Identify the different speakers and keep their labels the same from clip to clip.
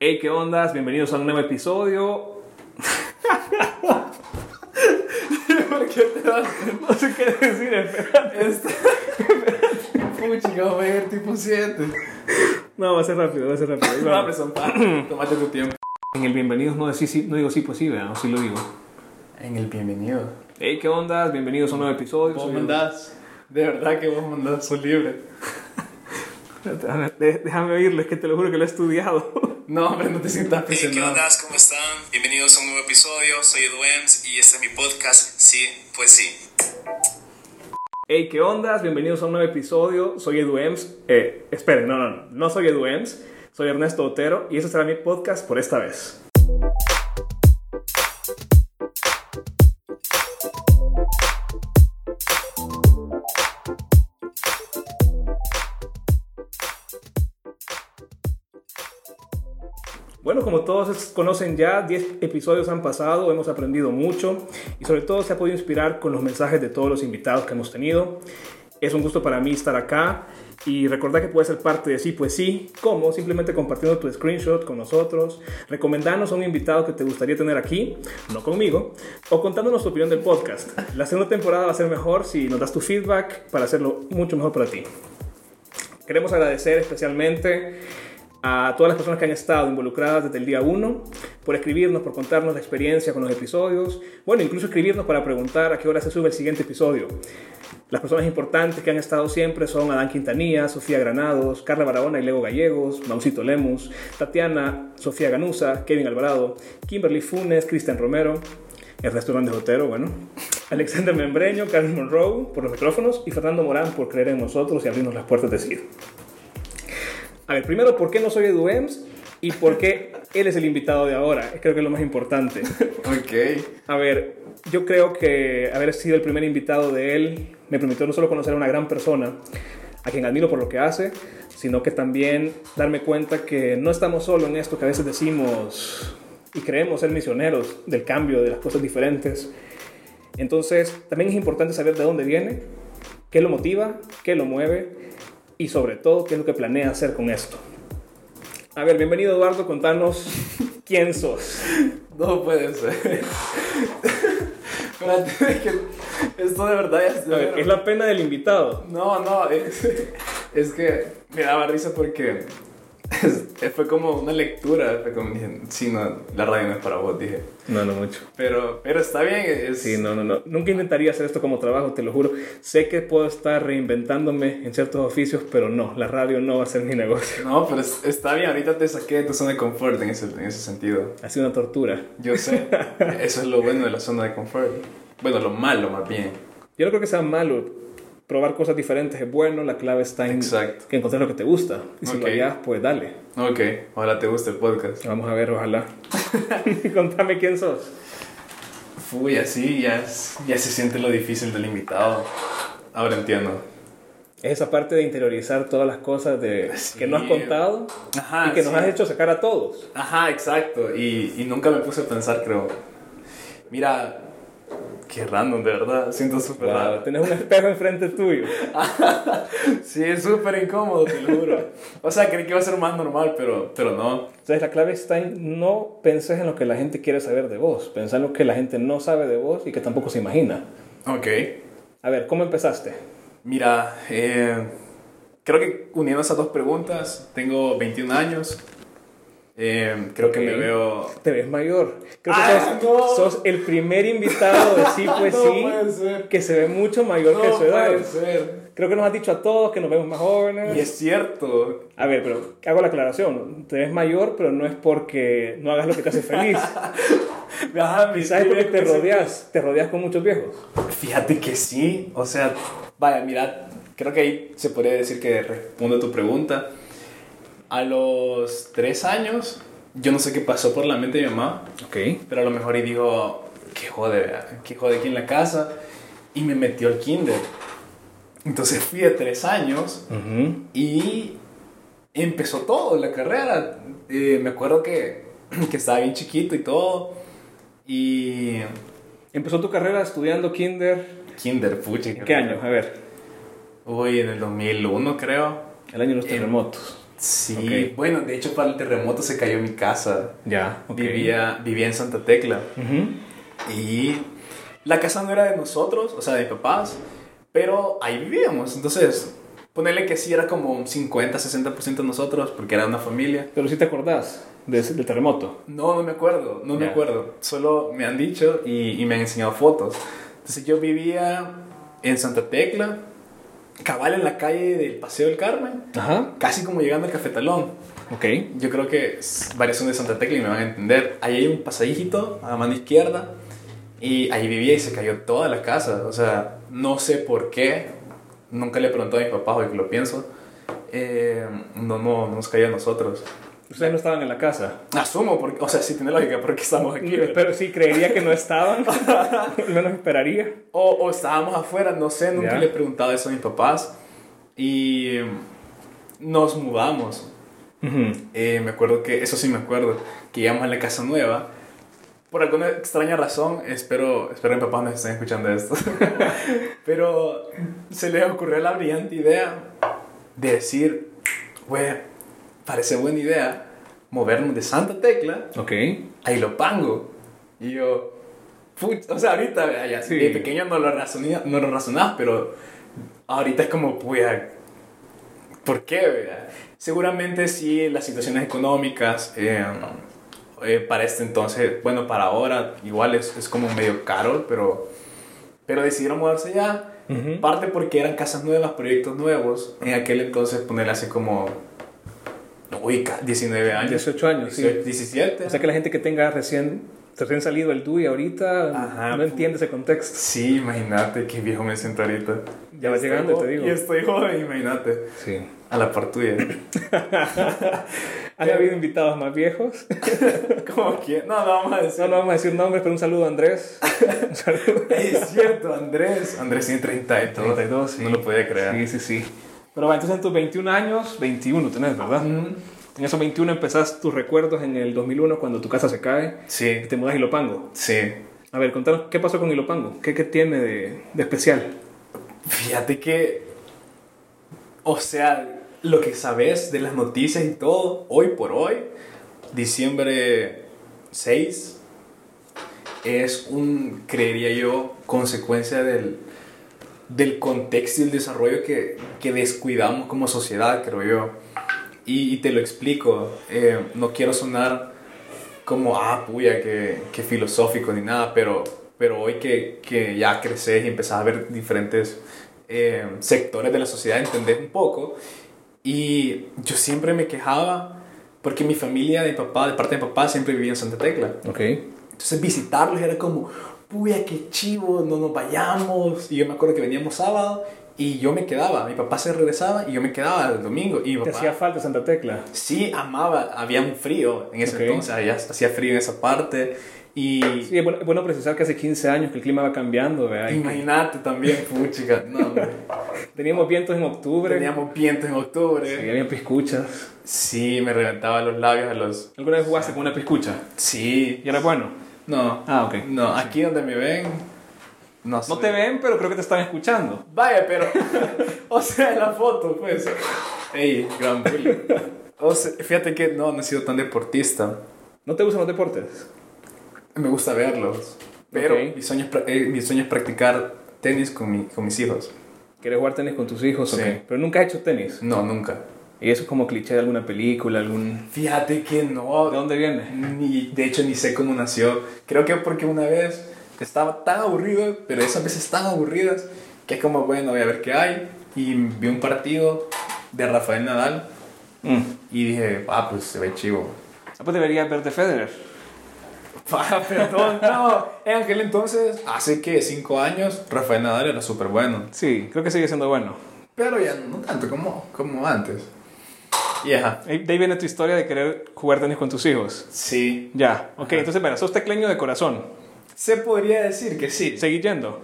Speaker 1: Hey, ¿qué ondas? Bienvenidos a un nuevo episodio.
Speaker 2: ¿Por qué te das?
Speaker 1: No sé qué decir, espérate.
Speaker 2: Este... Puchi, cómo va a llegar tipo 7.
Speaker 1: No, va a ser rápido, va a ser rápido. Ahí
Speaker 2: No la
Speaker 1: vamos.
Speaker 2: presentar. Tómate tu tiempo.
Speaker 1: En el bienvenidos no, decí sí- no digo sí, pues sí, vean, sí lo digo.
Speaker 2: En el bienvenido.
Speaker 1: Hey, ¿qué ondas? Bienvenidos a un nuevo episodio.
Speaker 2: Vos
Speaker 1: Soy-
Speaker 2: mandás. De verdad que vos mandás su libre.
Speaker 1: Espérate, a ver, de- Déjame oírlo, es que te lo juro que lo he estudiado.
Speaker 2: No, hombre, no te sientas
Speaker 3: Hey, ¿qué
Speaker 2: presionado.
Speaker 3: onda? ¿Cómo están? Bienvenidos a un nuevo episodio. Soy Duems y este es mi podcast. Sí, pues sí.
Speaker 1: Hey, ¿qué ondas? Bienvenidos a un nuevo episodio. Soy Eduems. Eh, esperen, no, no, no. No soy Eduems. Soy Ernesto Otero y este será mi podcast por esta vez. Bueno, como todos conocen ya, 10 episodios han pasado, hemos aprendido mucho y sobre todo se ha podido inspirar con los mensajes de todos los invitados que hemos tenido. Es un gusto para mí estar acá y recordar que puedes ser parte de Sí Pues Sí, como simplemente compartiendo tu screenshot con nosotros, recomendarnos a un invitado que te gustaría tener aquí, no conmigo, o contándonos tu opinión del podcast. La segunda temporada va a ser mejor si nos das tu feedback para hacerlo mucho mejor para ti. Queremos agradecer especialmente a todas las personas que han estado involucradas desde el día 1 por escribirnos, por contarnos la experiencia con los episodios, bueno, incluso escribirnos para preguntar a qué hora se sube el siguiente episodio. Las personas importantes que han estado siempre son Adán Quintanilla, Sofía Granados, Carla Barahona y Lego Gallegos, Mausito Lemus, Tatiana, Sofía Ganusa, Kevin Alvarado, Kimberly Funes, Cristian Romero, Ernesto Hernández Otero, bueno, Alexander Membreño, Carmen Monroe por los micrófonos y Fernando Morán por creer en nosotros y abrirnos las puertas de SID. A ver, primero, ¿por qué no soy Eduems? Y por qué él es el invitado de ahora. Creo que es lo más importante.
Speaker 2: Ok.
Speaker 1: A ver, yo creo que haber sido el primer invitado de él me permitió no solo conocer a una gran persona, a quien admiro por lo que hace, sino que también darme cuenta que no estamos solo en esto que a veces decimos y creemos ser misioneros del cambio, de las cosas diferentes. Entonces, también es importante saber de dónde viene, qué lo motiva, qué lo mueve y sobre todo qué es lo que planea hacer con esto. A ver, bienvenido Eduardo, contanos quién sos.
Speaker 2: No puede ser. Espérate, que esto de verdad ya se
Speaker 1: A ver, es la pena del invitado.
Speaker 2: No, no, es, es que me daba risa porque es- fue como una lectura. Fue como dije, sí, no, la radio no es para vos, dije.
Speaker 1: No, no mucho.
Speaker 2: Pero, pero está bien, es,
Speaker 1: Sí, no, no, no. Nunca intentaría hacer esto como trabajo, te lo juro. Sé que puedo estar reinventándome en ciertos oficios, pero no, la radio no va a ser mi negocio.
Speaker 2: no, pero es- está bien, ahorita te saqué de tu zona de confort en ese, en ese sentido.
Speaker 1: Ha sido una tortura.
Speaker 2: Yo sé, eso es lo bueno de la zona de confort. Bueno, lo malo más bien.
Speaker 1: Yo no creo que sea malo. Probar cosas diferentes es bueno, la clave está en
Speaker 2: Exacto.
Speaker 1: que encontrar lo que te gusta. Y si lo
Speaker 2: Ok.
Speaker 1: hallas, pues dale.
Speaker 2: Ok, ahora te gusta el podcast.
Speaker 1: Vamos a ver, ojalá. Contame quién sos.
Speaker 2: Uy, así ya, es- ya se siente lo difícil del invitado. Ahora entiendo.
Speaker 1: Es esa parte de interiorizar todas las cosas de,
Speaker 2: Sí.
Speaker 1: que no has contado
Speaker 2: Ajá,
Speaker 1: y que nos
Speaker 2: sí.
Speaker 1: has hecho sacar a todos.
Speaker 2: Ajá, exacto. Y, y nunca me puse a pensar, creo. Mira, qué random, de verdad. Siento súper
Speaker 1: Wow,
Speaker 2: raro.
Speaker 1: tenés un espejo enfrente tuyo.
Speaker 2: Sí, es súper incómodo, te lo juro. O sea, creí que iba a ser más normal, pero, pero no.
Speaker 1: Entonces la clave está en no pensés en lo que la gente quiere saber de vos, pensá en lo que la gente no sabe de vos y que tampoco se imagina.
Speaker 2: Ok.
Speaker 1: A ver, ¿cómo empezaste?
Speaker 2: Mira, eh, creo que uniendo esas dos preguntas, tengo 21 años. Eh, creo que me
Speaker 1: Ok.
Speaker 2: veo...
Speaker 1: Te ves mayor. Creo que
Speaker 2: Ah,
Speaker 1: sos,
Speaker 2: no.
Speaker 1: sos el primer invitado de sí pues
Speaker 2: No
Speaker 1: sí
Speaker 2: puede ser.
Speaker 1: que se ve mucho mayor que su edad.
Speaker 2: puede ser.
Speaker 1: Creo que nos has dicho a todos que nos vemos más jóvenes.
Speaker 2: Y es cierto.
Speaker 1: A ver, pero hago la aclaración. Te ves mayor, pero no es porque no hagas lo que te hace feliz.
Speaker 2: Ajá, mi-
Speaker 1: ¿Sabes por qué
Speaker 2: mi-
Speaker 1: te rodeas? Te rodeas con muchos viejos.
Speaker 2: Fíjate que sí, o sea, vaya, mira, creo que ahí se podría decir que respondo a tu pregunta. A los tres años, yo no sé qué pasó por la mente de mi mamá,
Speaker 1: Ok.
Speaker 2: pero a lo mejor y digo, que jode, ¿verdad? que jode aquí en la casa, y me metió al kinder. Entonces fui de tres años y empezó todo, la carrera. Eh, me acuerdo que, que estaba bien chiquito y todo, y...
Speaker 1: Empezó tu carrera estudiando kinder.
Speaker 2: Kinder, pucha.
Speaker 1: ¿En qué año? A ver.
Speaker 2: Uy, en el 2001 creo.
Speaker 1: El año de los
Speaker 2: Eh,
Speaker 1: terremotos.
Speaker 2: Sí,
Speaker 1: Ok.
Speaker 2: bueno, de hecho para el terremoto se cayó mi casa.
Speaker 1: Ya, ok.
Speaker 2: Vivía, vivía en Santa Tecla.
Speaker 1: Ujú.
Speaker 2: Y la casa no era de nosotros, o sea, de papás, pero ahí vivíamos. Entonces, ponerle que sí era como un 50, 60% nosotros, porque era una familia.
Speaker 1: Pero si te acordás de ese- del terremoto.
Speaker 2: No, no me acuerdo, no me
Speaker 1: Ya.
Speaker 2: acuerdo. Solo me han dicho y, y me han enseñado fotos. Entonces yo vivía en Santa Tecla, cabal en la calle del Paseo del Carmen,
Speaker 1: Ajá.
Speaker 2: casi como llegando al Cafetalón.
Speaker 1: Ok.
Speaker 2: Yo creo que s- varios son de Santa Tecla y me van a entender. Ahí hay un pasajito a la mano izquierda y ahí vivía y se cayó toda la casa. O sea, no sé por qué. Nunca le pregunté a mis papás hoy que lo pienso. Eh, no, no, no nos cayó a nosotros.
Speaker 1: Ustedes no estaban en la casa.
Speaker 2: Asumo, porque, o sea, sí tiene lógica porque estamos aquí. ¿verdad?
Speaker 1: Pero sí, creería que no estaban. Al menos esperaría.
Speaker 2: O, o estábamos afuera, no sé, nunca
Speaker 1: Ya.
Speaker 2: le he preguntado eso a mis papás. Y nos mudamos.
Speaker 1: Ujú.
Speaker 2: Eh, me acuerdo que, eso sí me acuerdo, que íbamos a la casa nueva. Por alguna extraña razón, espero, espero que mi papá no esté escuchando esto. Pero se le ocurrió la brillante idea de decir, güey, parece buena idea movernos de Santa Tecla
Speaker 1: Ok.
Speaker 2: a Ilopango. Y yo, put, o sea, ahorita, ya,
Speaker 1: Sí.
Speaker 2: de pequeño no lo, razonía, no lo razonás, pero ahorita es como, puya, ¿por qué? verdad? Seguramente sí, las situaciones económicas eh, eh, para este entonces, bueno, para ahora, igual es, es como medio caro, pero, pero decidieron mudarse ya.
Speaker 1: Ujú.
Speaker 2: Parte porque eran casas nuevas, proyectos nuevos. En aquel entonces ponerle hace como... Uy, ca- 19 años.
Speaker 1: 18 años, sí.
Speaker 2: 18, 17.
Speaker 1: O sea que la gente que tenga recién, recién salido el DUI ahorita
Speaker 2: Ajá,
Speaker 1: no
Speaker 2: pu-
Speaker 1: entiende ese contexto.
Speaker 2: Sí, imagínate qué viejo me siento ahorita.
Speaker 1: Ya vas
Speaker 2: Estoy
Speaker 1: llegando,
Speaker 2: jo-
Speaker 1: te digo.
Speaker 2: Y estoy joven, imagínate.
Speaker 1: Sí.
Speaker 2: A la par tuya.
Speaker 1: ¿Han habido invitados más viejos?
Speaker 2: ¿Cómo que? No, no vamos a decir.
Speaker 1: No, no vamos a decir nombres, pero un saludo a Andrés. Un saludo.
Speaker 2: Es cierto, Andrés. Andrés tiene 32.
Speaker 1: 32, sí.
Speaker 2: No lo podía creer.
Speaker 1: sí, sí. Pero va, entonces en tus 21 años, 21 tenés, ¿verdad?
Speaker 2: Mm,
Speaker 1: En esos 21 empezás tus recuerdos en el 2001 cuando tu casa se cae y
Speaker 2: Sí.
Speaker 1: te mudas a Ilopango.
Speaker 2: Sí.
Speaker 1: A ver, contanos, ¿qué pasó con Ilopango? ¿Qué, qué tiene de, de especial?
Speaker 2: Fíjate que. O sea, lo que sabes de las noticias y todo, hoy por hoy, diciembre 6, es un, creería yo, consecuencia del, del contexto y el desarrollo que, que descuidamos como sociedad, creo yo. Y, y te lo explico, eh, no quiero sonar como, ah, puya, que, que filosófico ni nada, pero, pero hoy que, que ya creces y empezás a ver diferentes eh, sectores de la sociedad, entendés un poco. Y yo siempre me quejaba porque mi familia de papá, de parte de papá, siempre vivía en Santa Tecla.
Speaker 1: Ok.
Speaker 2: Entonces visitarlos era como, puya, qué chivo, no nos vayamos. Y yo me acuerdo que veníamos sábado y yo me quedaba. Mi papá se regresaba y yo me quedaba el domingo. Y mi
Speaker 1: ¿Te
Speaker 2: papá,
Speaker 1: hacía falta Santa Tecla?
Speaker 2: Sí, amaba, había un frío en ese
Speaker 1: Ok.
Speaker 2: entonces, allá hacía frío en esa parte. Y
Speaker 1: Sí, es bueno, es bueno precisar que hace 15 años que el clima va cambiando, ¿verdad? Y que
Speaker 2: imagínate también, puchica, no, hombre.
Speaker 1: Teníamos vientos en octubre.
Speaker 2: teníamos vientos en
Speaker 1: Sí,
Speaker 2: octubre.
Speaker 1: había piscuchas.
Speaker 2: Sí, me reventaba los labios a los...
Speaker 1: ¿Alguna vez jugaste con una piscucha?
Speaker 2: Sí,
Speaker 1: Y era bueno.
Speaker 2: no,
Speaker 1: Ah, ok.
Speaker 2: no, aquí donde me ven, no
Speaker 1: No
Speaker 2: sé.
Speaker 1: te ven, pero creo que te están escuchando.
Speaker 2: Vaya, pero. o sea, en la foto, pues. Ey, gran bullying. O sea, fíjate que no, no he sido tan deportista.
Speaker 1: ¿No te gustan los deportes?
Speaker 2: Me gusta verlos. Pero
Speaker 1: Ok.
Speaker 2: mi, sueño es, pra- eh, mi sueño es practicar tenis con, mi- con mis hijos.
Speaker 1: ¿Quieres jugar tenis con tus hijos? o
Speaker 2: Sí.
Speaker 1: qué? Pero nunca has hecho tenis.
Speaker 2: No, nunca.
Speaker 1: Y eso es como cliché de alguna película, algún...
Speaker 2: Fíjate que
Speaker 1: ¿De
Speaker 2: no.
Speaker 1: dónde viene?
Speaker 2: Ni, de hecho, ni sé cómo nació. Creo que porque una vez estaba tan aburrido, pero esas veces tan aburridas, que es como, bueno, voy a ver qué hay. Y vi un partido de Rafael Nadal
Speaker 1: Mm.
Speaker 2: y dije, ah, pues se ve chivo.
Speaker 1: Ah, pues debería verte Federer.
Speaker 2: Ah, Perdón, no. En aquel entonces, hace que cinco años, Rafael Nadal era súper bueno.
Speaker 1: Sí, creo que sigue siendo bueno.
Speaker 2: Pero ya no tanto como, como antes. Y ajá.
Speaker 1: Eh, De ahí viene tu historia de querer jugar tenis con tus hijos.
Speaker 2: Sí.
Speaker 1: Ya, ok, entonces, mira, sos tecleño de corazón.
Speaker 2: Se podría decir que sí.
Speaker 1: Seguí yendo.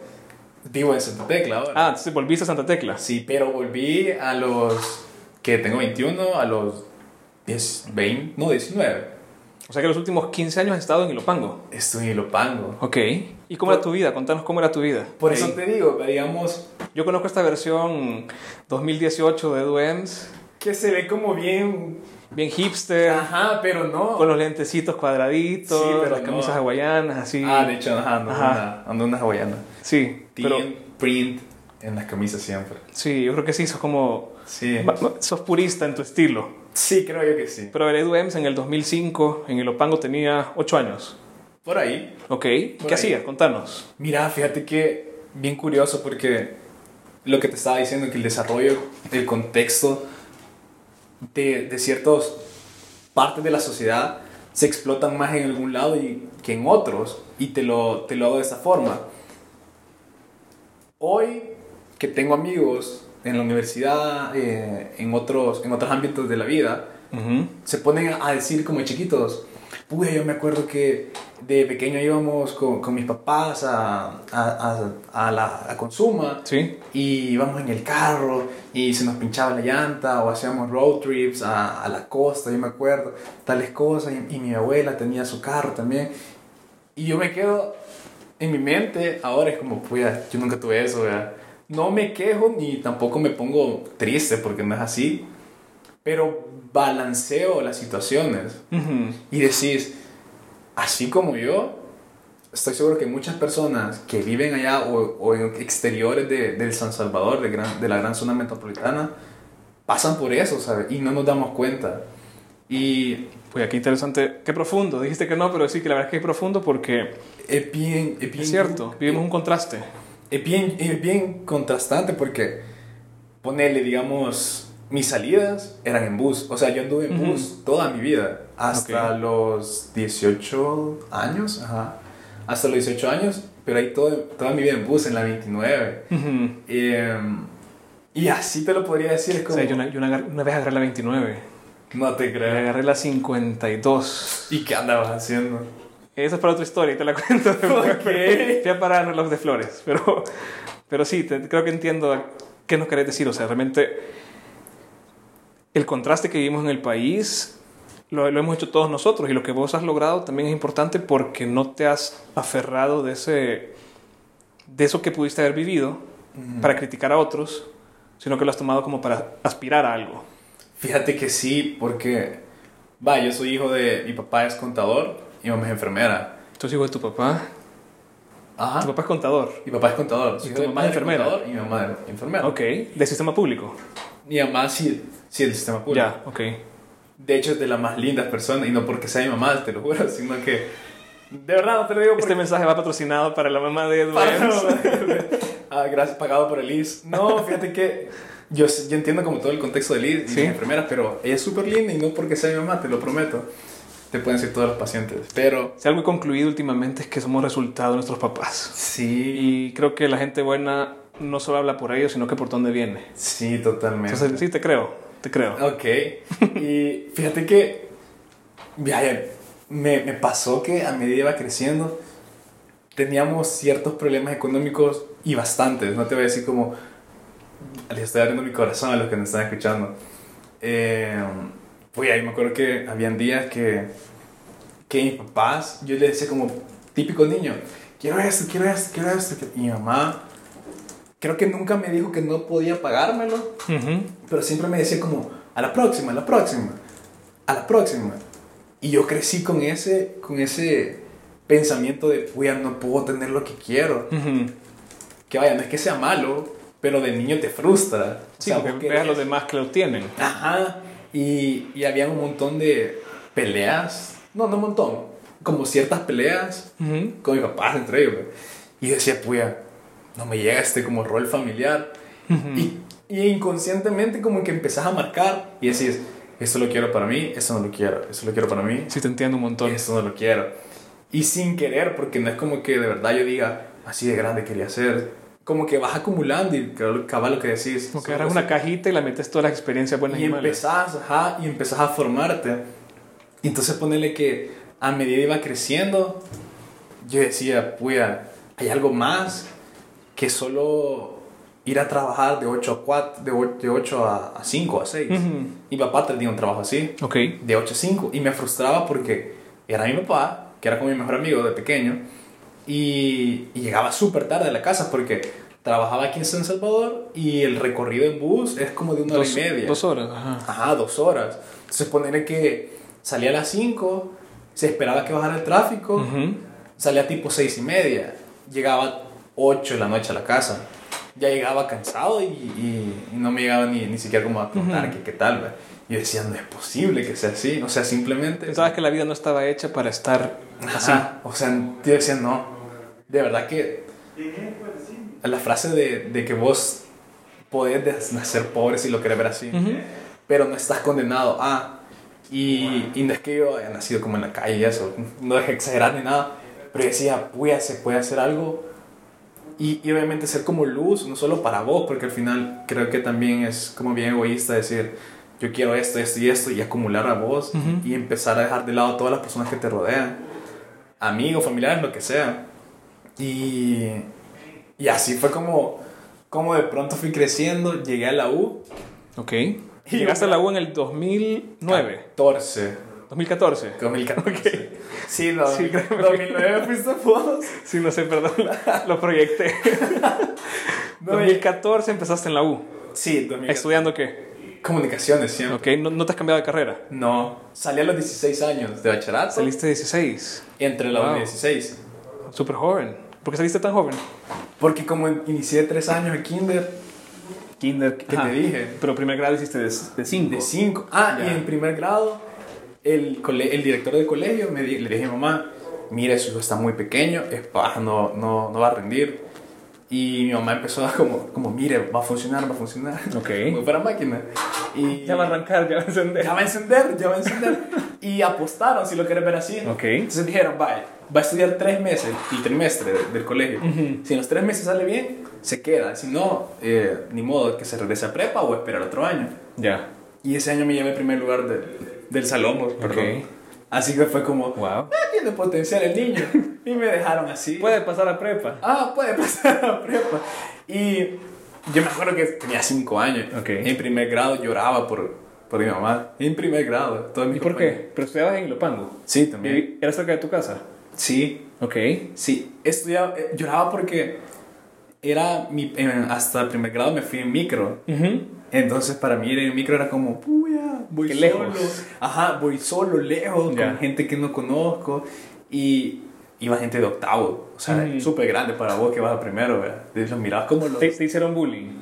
Speaker 2: Vivo en Santa Tecla ahora.
Speaker 1: Ah, entonces volviste a Santa Tecla.
Speaker 2: Sí, pero volví a los. que tengo 21, a los 10, 20, no, 19.
Speaker 1: O sea que los últimos 15 años has estado en Ilopango.
Speaker 2: Estoy en Ilopango.
Speaker 1: Ok. ¿Y cómo era tu vida? Contanos cómo era tu vida.
Speaker 2: Por
Speaker 1: Ahí.
Speaker 2: eso te digo, digamos,
Speaker 1: Yo conozco esta versión 2018 de Duems
Speaker 2: que se ve como bien.
Speaker 1: Bien hipster,
Speaker 2: Ajá, pero Ah, no.
Speaker 1: con los lentecitos cuadraditos,
Speaker 2: Sí, pero
Speaker 1: las
Speaker 2: no.
Speaker 1: camisas hawaianas, así.
Speaker 2: Ah, de hecho, ajá, ando,
Speaker 1: Ajá.
Speaker 2: Una, ando una hawaiana.
Speaker 1: Sí,
Speaker 2: Team
Speaker 1: pero
Speaker 2: print en las camisas siempre.
Speaker 1: sí, yo creo que sí, sos como...
Speaker 2: Sí.
Speaker 1: ma- ma- Sos purista en tu estilo.
Speaker 2: Sí, creo yo que sí.
Speaker 1: Pero Ered Wems en el 2005, en el Opango tenía 8 años.
Speaker 2: Por ahí.
Speaker 1: ¿Ok? ¿Qué
Speaker 2: ahí.
Speaker 1: hacías? Contanos.
Speaker 2: Mira, fíjate que bien curioso porque lo que te estaba diciendo, que el desarrollo, el contexto de, de ciertas partes de la sociedad se explotan más en algún lado y, que en otros. Y te lo, te lo hago de esa forma. Hoy que tengo amigos en la universidad, eh, en, otros, en otros ámbitos de la vida,
Speaker 1: Ujú.
Speaker 2: se ponen a decir como chiquitos, pude, yo me acuerdo que de pequeño íbamos con, con mis papás a, a, a- a la a Consuma
Speaker 1: Sí.
Speaker 2: y íbamos en el carro y se nos pinchaba la llanta o hacíamos road trips a, a la costa, yo me acuerdo, tales cosas y, y mi abuela tenía su carro también y yo me quedo en mi mente, ahora es como, puya, yo nunca tuve eso, ¿verdad? No me quejo ni tampoco me pongo triste porque no es así, pero balanceo las situaciones
Speaker 1: Ujú.
Speaker 2: y decís, así como yo, estoy seguro que muchas personas que viven allá o, o en exteriores de, del San Salvador, de, gran- de la gran zona metropolitana, pasan por eso, ¿sabes? Y no nos damos cuenta. Y
Speaker 1: Pues aquí interesante. Qué profundo. Dijiste que no, pero sí que la verdad es que es profundo porque
Speaker 2: es bien... Es, bien
Speaker 1: es cierto. Vivimos un contraste.
Speaker 2: es bien, es bien contrastante porque ponerle, digamos, mis salidas eran en bus. O sea, yo anduve en
Speaker 1: Ujú.
Speaker 2: bus toda mi vida. Hasta
Speaker 1: Ok.
Speaker 2: los 18 años. Ajá. Hasta los 18 años, pero ahí todo, toda mi vida en bus, en la 29.
Speaker 1: Ujú.
Speaker 2: Em, y así te lo podría decir. Es
Speaker 1: O
Speaker 2: como,
Speaker 1: sea, yo una, yo una agar- una vez agarré la 29.
Speaker 2: No te
Speaker 1: Me
Speaker 2: creo.
Speaker 1: agarré la 52.
Speaker 2: ¿Y qué andabas haciendo?
Speaker 1: Esa es para otra historia, te la cuento. después,
Speaker 2: Ok.
Speaker 1: pero Fui a parar en reloj de flores. Pero, pero sí, te- creo que entiendo qué nos querés decir. O sea, realmente el contraste que vivimos en el país lo, lo hemos hecho todos nosotros y lo que vos has logrado también es importante porque no te has aferrado de, ese, de eso que pudiste haber vivido para criticar a otros, sino que lo has tomado como para aspirar a algo.
Speaker 2: Fíjate que sí, porque... Va, yo soy hijo de... Mi papá es contador y mi mamá es enfermera.
Speaker 1: Tú eres hijo de tu papá.
Speaker 2: Ajá.
Speaker 1: Tu papá es contador.
Speaker 2: Mi papá es contador. soy
Speaker 1: tu
Speaker 2: hijo de
Speaker 1: mamá es
Speaker 2: padre
Speaker 1: enfermera?
Speaker 2: contador Y mi mamá es enfermera.
Speaker 1: Ok, de sistema público.
Speaker 2: Mi mamá sí, sí el sistema público.
Speaker 1: Ya, ok.
Speaker 2: De hecho, es de las más lindas personas. Y no porque sea mi mamá, te lo juro, sino que... De verdad, no te lo digo
Speaker 1: Este
Speaker 2: porque...
Speaker 1: mensaje va patrocinado para la mamá de
Speaker 2: Para-
Speaker 1: Edwards.
Speaker 2: ah, gracias, pagado por el IS. No, fíjate que... Yo, sé- yo entiendo como todo el contexto del IS y
Speaker 1: Sí.
Speaker 2: mis enfermeras, pero ella es súper linda y no porque sea mi mamá, te lo prometo. Te pueden decir todos los pacientes. Pero...
Speaker 1: Si algo he concluido últimamente es que somos resultado de nuestros papás.
Speaker 2: Sí,
Speaker 1: Y creo que la gente buena no solo habla por ellos, sino que por dónde viene.
Speaker 2: sí, totalmente.
Speaker 1: Entonces, sí, te creo, te creo.
Speaker 2: Ok. Y fíjate que. Vaya, me, me pasó que a medida iba creciendo, teníamos ciertos problemas económicos y bastantes. No te voy a decir como. Les estoy abriendo mi corazón a los que me están escuchando. Eh, pues ahí me acuerdo que habían días que. Que mis papás, yo les decía como típico niño: quiero esto, quiero esto, quiero esto. Y mi mamá. Creo que nunca me dijo que no podía pagármelo,
Speaker 1: Ujú.
Speaker 2: pero siempre me decía como, a la próxima, a la próxima, a la próxima. Y yo crecí con ese, con ese pensamiento de, uy, no puedo tener lo que quiero.
Speaker 1: Ujú.
Speaker 2: Que vaya, no es que sea malo, pero de niño te frustra. O
Speaker 1: Sí,
Speaker 2: sea,
Speaker 1: porque
Speaker 2: vos
Speaker 1: veas a
Speaker 2: querés-
Speaker 1: los demás que lo tienen.
Speaker 2: Ajá. Y, y había un montón de peleas. No, no un montón. Como ciertas peleas
Speaker 1: Ujú.
Speaker 2: con mi papá entre ellos. güey. Y decía, puya, no me llega este como rol familiar. y, y inconscientemente como que empezás a marcar y decís, esto lo quiero para mí, esto no lo quiero, esto lo quiero para mí,
Speaker 1: Sí, te entiendo un montón.
Speaker 2: esto no lo quiero. Y sin querer, porque no es como que de verdad yo diga, así de grande quería ser. Como que vas acumulando y cabal lo que decís.
Speaker 1: Como que
Speaker 2: Solo
Speaker 1: agarras
Speaker 2: así
Speaker 1: una cajita y la metes todas las experiencias buenas
Speaker 2: y
Speaker 1: y, malas.
Speaker 2: empezás, ajá, y empezás a formarte. Y entonces ponerle que a medida iba creciendo, yo decía, puya, hay algo más que solo ir a trabajar de 8 a 4, de o- de 8 a, a 5, a 6.
Speaker 1: Ujú.
Speaker 2: Y mi papá tenía un trabajo así,
Speaker 1: Ok.
Speaker 2: de 8 a 5, y me frustraba porque era mi papá, que era como mi mejor amigo de pequeño, y, y llegaba súper tarde a la casa porque Trabajaba aquí en San Salvador y el recorrido en bus es como de una
Speaker 1: dos,
Speaker 2: hora y media.
Speaker 1: Dos horas, ajá.
Speaker 2: Ajá, dos horas. Entonces ponerle que salía a las 5, se esperaba que bajara el tráfico,
Speaker 1: Ujú.
Speaker 2: salía tipo seis y media, llegaba 8 de la noche a la casa. Ya llegaba cansado y, y- y no me llegaba ni, ni siquiera como a preguntar que qué tal. va. Yo decía, no es posible que sea así. O sea, simplemente...
Speaker 1: Pensabas que la vida no estaba hecha para estar así.
Speaker 2: Ajá, O sea, yo decía, no. De verdad que. La frase de, de que vos podés des- nacer pobre si lo querés ver así, pero no estás condenado a. Y, y no es que yo haya nacido como en la calle y eso, no es exagerar ni nada, pero yo decía, pues se puede hacer algo. Y, y obviamente ser como luz, no solo para vos, porque al final creo que también es como bien egoísta decir, yo quiero esto, esto y esto, y acumular a vos
Speaker 1: Ujú.
Speaker 2: y empezar a dejar de lado a todas las personas que te rodean amigos, familiares, lo que sea. Y, y así fue como, como de pronto fui creciendo, llegué a la U,
Speaker 1: Ok. Llegaste a la U en el 2009,
Speaker 2: 14,
Speaker 1: 2014.
Speaker 2: 2014. Sí, no,
Speaker 1: Sí, creo que-
Speaker 2: 2009 fuiste vos.
Speaker 1: Sí, no sé, perdón, lo proyecté.
Speaker 2: No,
Speaker 1: 2014 empezaste en la U.
Speaker 2: Sí, 2014.
Speaker 1: ¿Estudiando qué?
Speaker 2: Comunicaciones siempre.
Speaker 1: Ok, no, no te has cambiado de carrera.
Speaker 2: No, salí a los 16 años de bachillerato.
Speaker 1: Saliste 16,
Speaker 2: entre la U
Speaker 1: Wow.
Speaker 2: y 16.
Speaker 1: súper joven. ¿Por qué saliste tan joven?
Speaker 2: Porque como inicié 3 años en kinder,
Speaker 1: Kinder,
Speaker 2: que te dije,
Speaker 1: Pero primer grado hiciste de 5.
Speaker 2: De 5. Ah,
Speaker 1: Ya.
Speaker 2: y en primer grado, el, cole- el director del colegio me di- le dije, mamá, mira, su hijo está muy pequeño, es paja, no, no, no va a rendir. Y mi mamá empezó a como, como mire, va a funcionar, va a funcionar.
Speaker 1: Ok.
Speaker 2: Como fuera máquina. Y
Speaker 1: Ya va a arrancar, ya va a encender.
Speaker 2: ya va a encender, ya va a encender. y apostaron, si lo quieres ver así.
Speaker 1: Ok.
Speaker 2: Entonces dijeron, vaya, va a estudiar tres meses, el trimestre de- del colegio. Si en los tres meses sale bien, se queda. Si no, eh, ni modo que se regrese a prepa o esperar otro año.
Speaker 1: Ya.
Speaker 2: Y ese año me llevé el primer lugar de- del salón, perdón.
Speaker 1: Ok.
Speaker 2: Así que fue como,
Speaker 1: Wow.
Speaker 2: "Ah, tiene potencial el niño. Y me dejaron así.
Speaker 1: Puede pasar a prepa.
Speaker 2: Ah, puede pasar a prepa. Y yo me acuerdo que tenía 5 años.
Speaker 1: Ok.
Speaker 2: En primer grado lloraba por, por mi mamá. En primer grado. Todos mis
Speaker 1: ¿Y por
Speaker 2: compañeros.
Speaker 1: qué? Pero estudiabas en Ilopango.
Speaker 2: Sí, también.
Speaker 1: ¿Y ¿Era cerca de tu casa?
Speaker 2: Sí,
Speaker 1: Ok.
Speaker 2: sí. Estudiaba, eh, lloraba porque era mi, eh, hasta primer grado me fui en micro.
Speaker 1: Ujú.
Speaker 2: Entonces para mí ir en micro era como, puya, voy
Speaker 1: Qué
Speaker 2: solo.
Speaker 1: lejos.
Speaker 2: Ajá, voy solo, lejos,
Speaker 1: Ya.
Speaker 2: con gente que no conozco. Y iba gente de octavo, o sea,
Speaker 1: Mm.
Speaker 2: súper grande para vos que vas a primero, ¿verdad? Y Los mirabas como los...
Speaker 1: ¿Te, te hicieron bullying.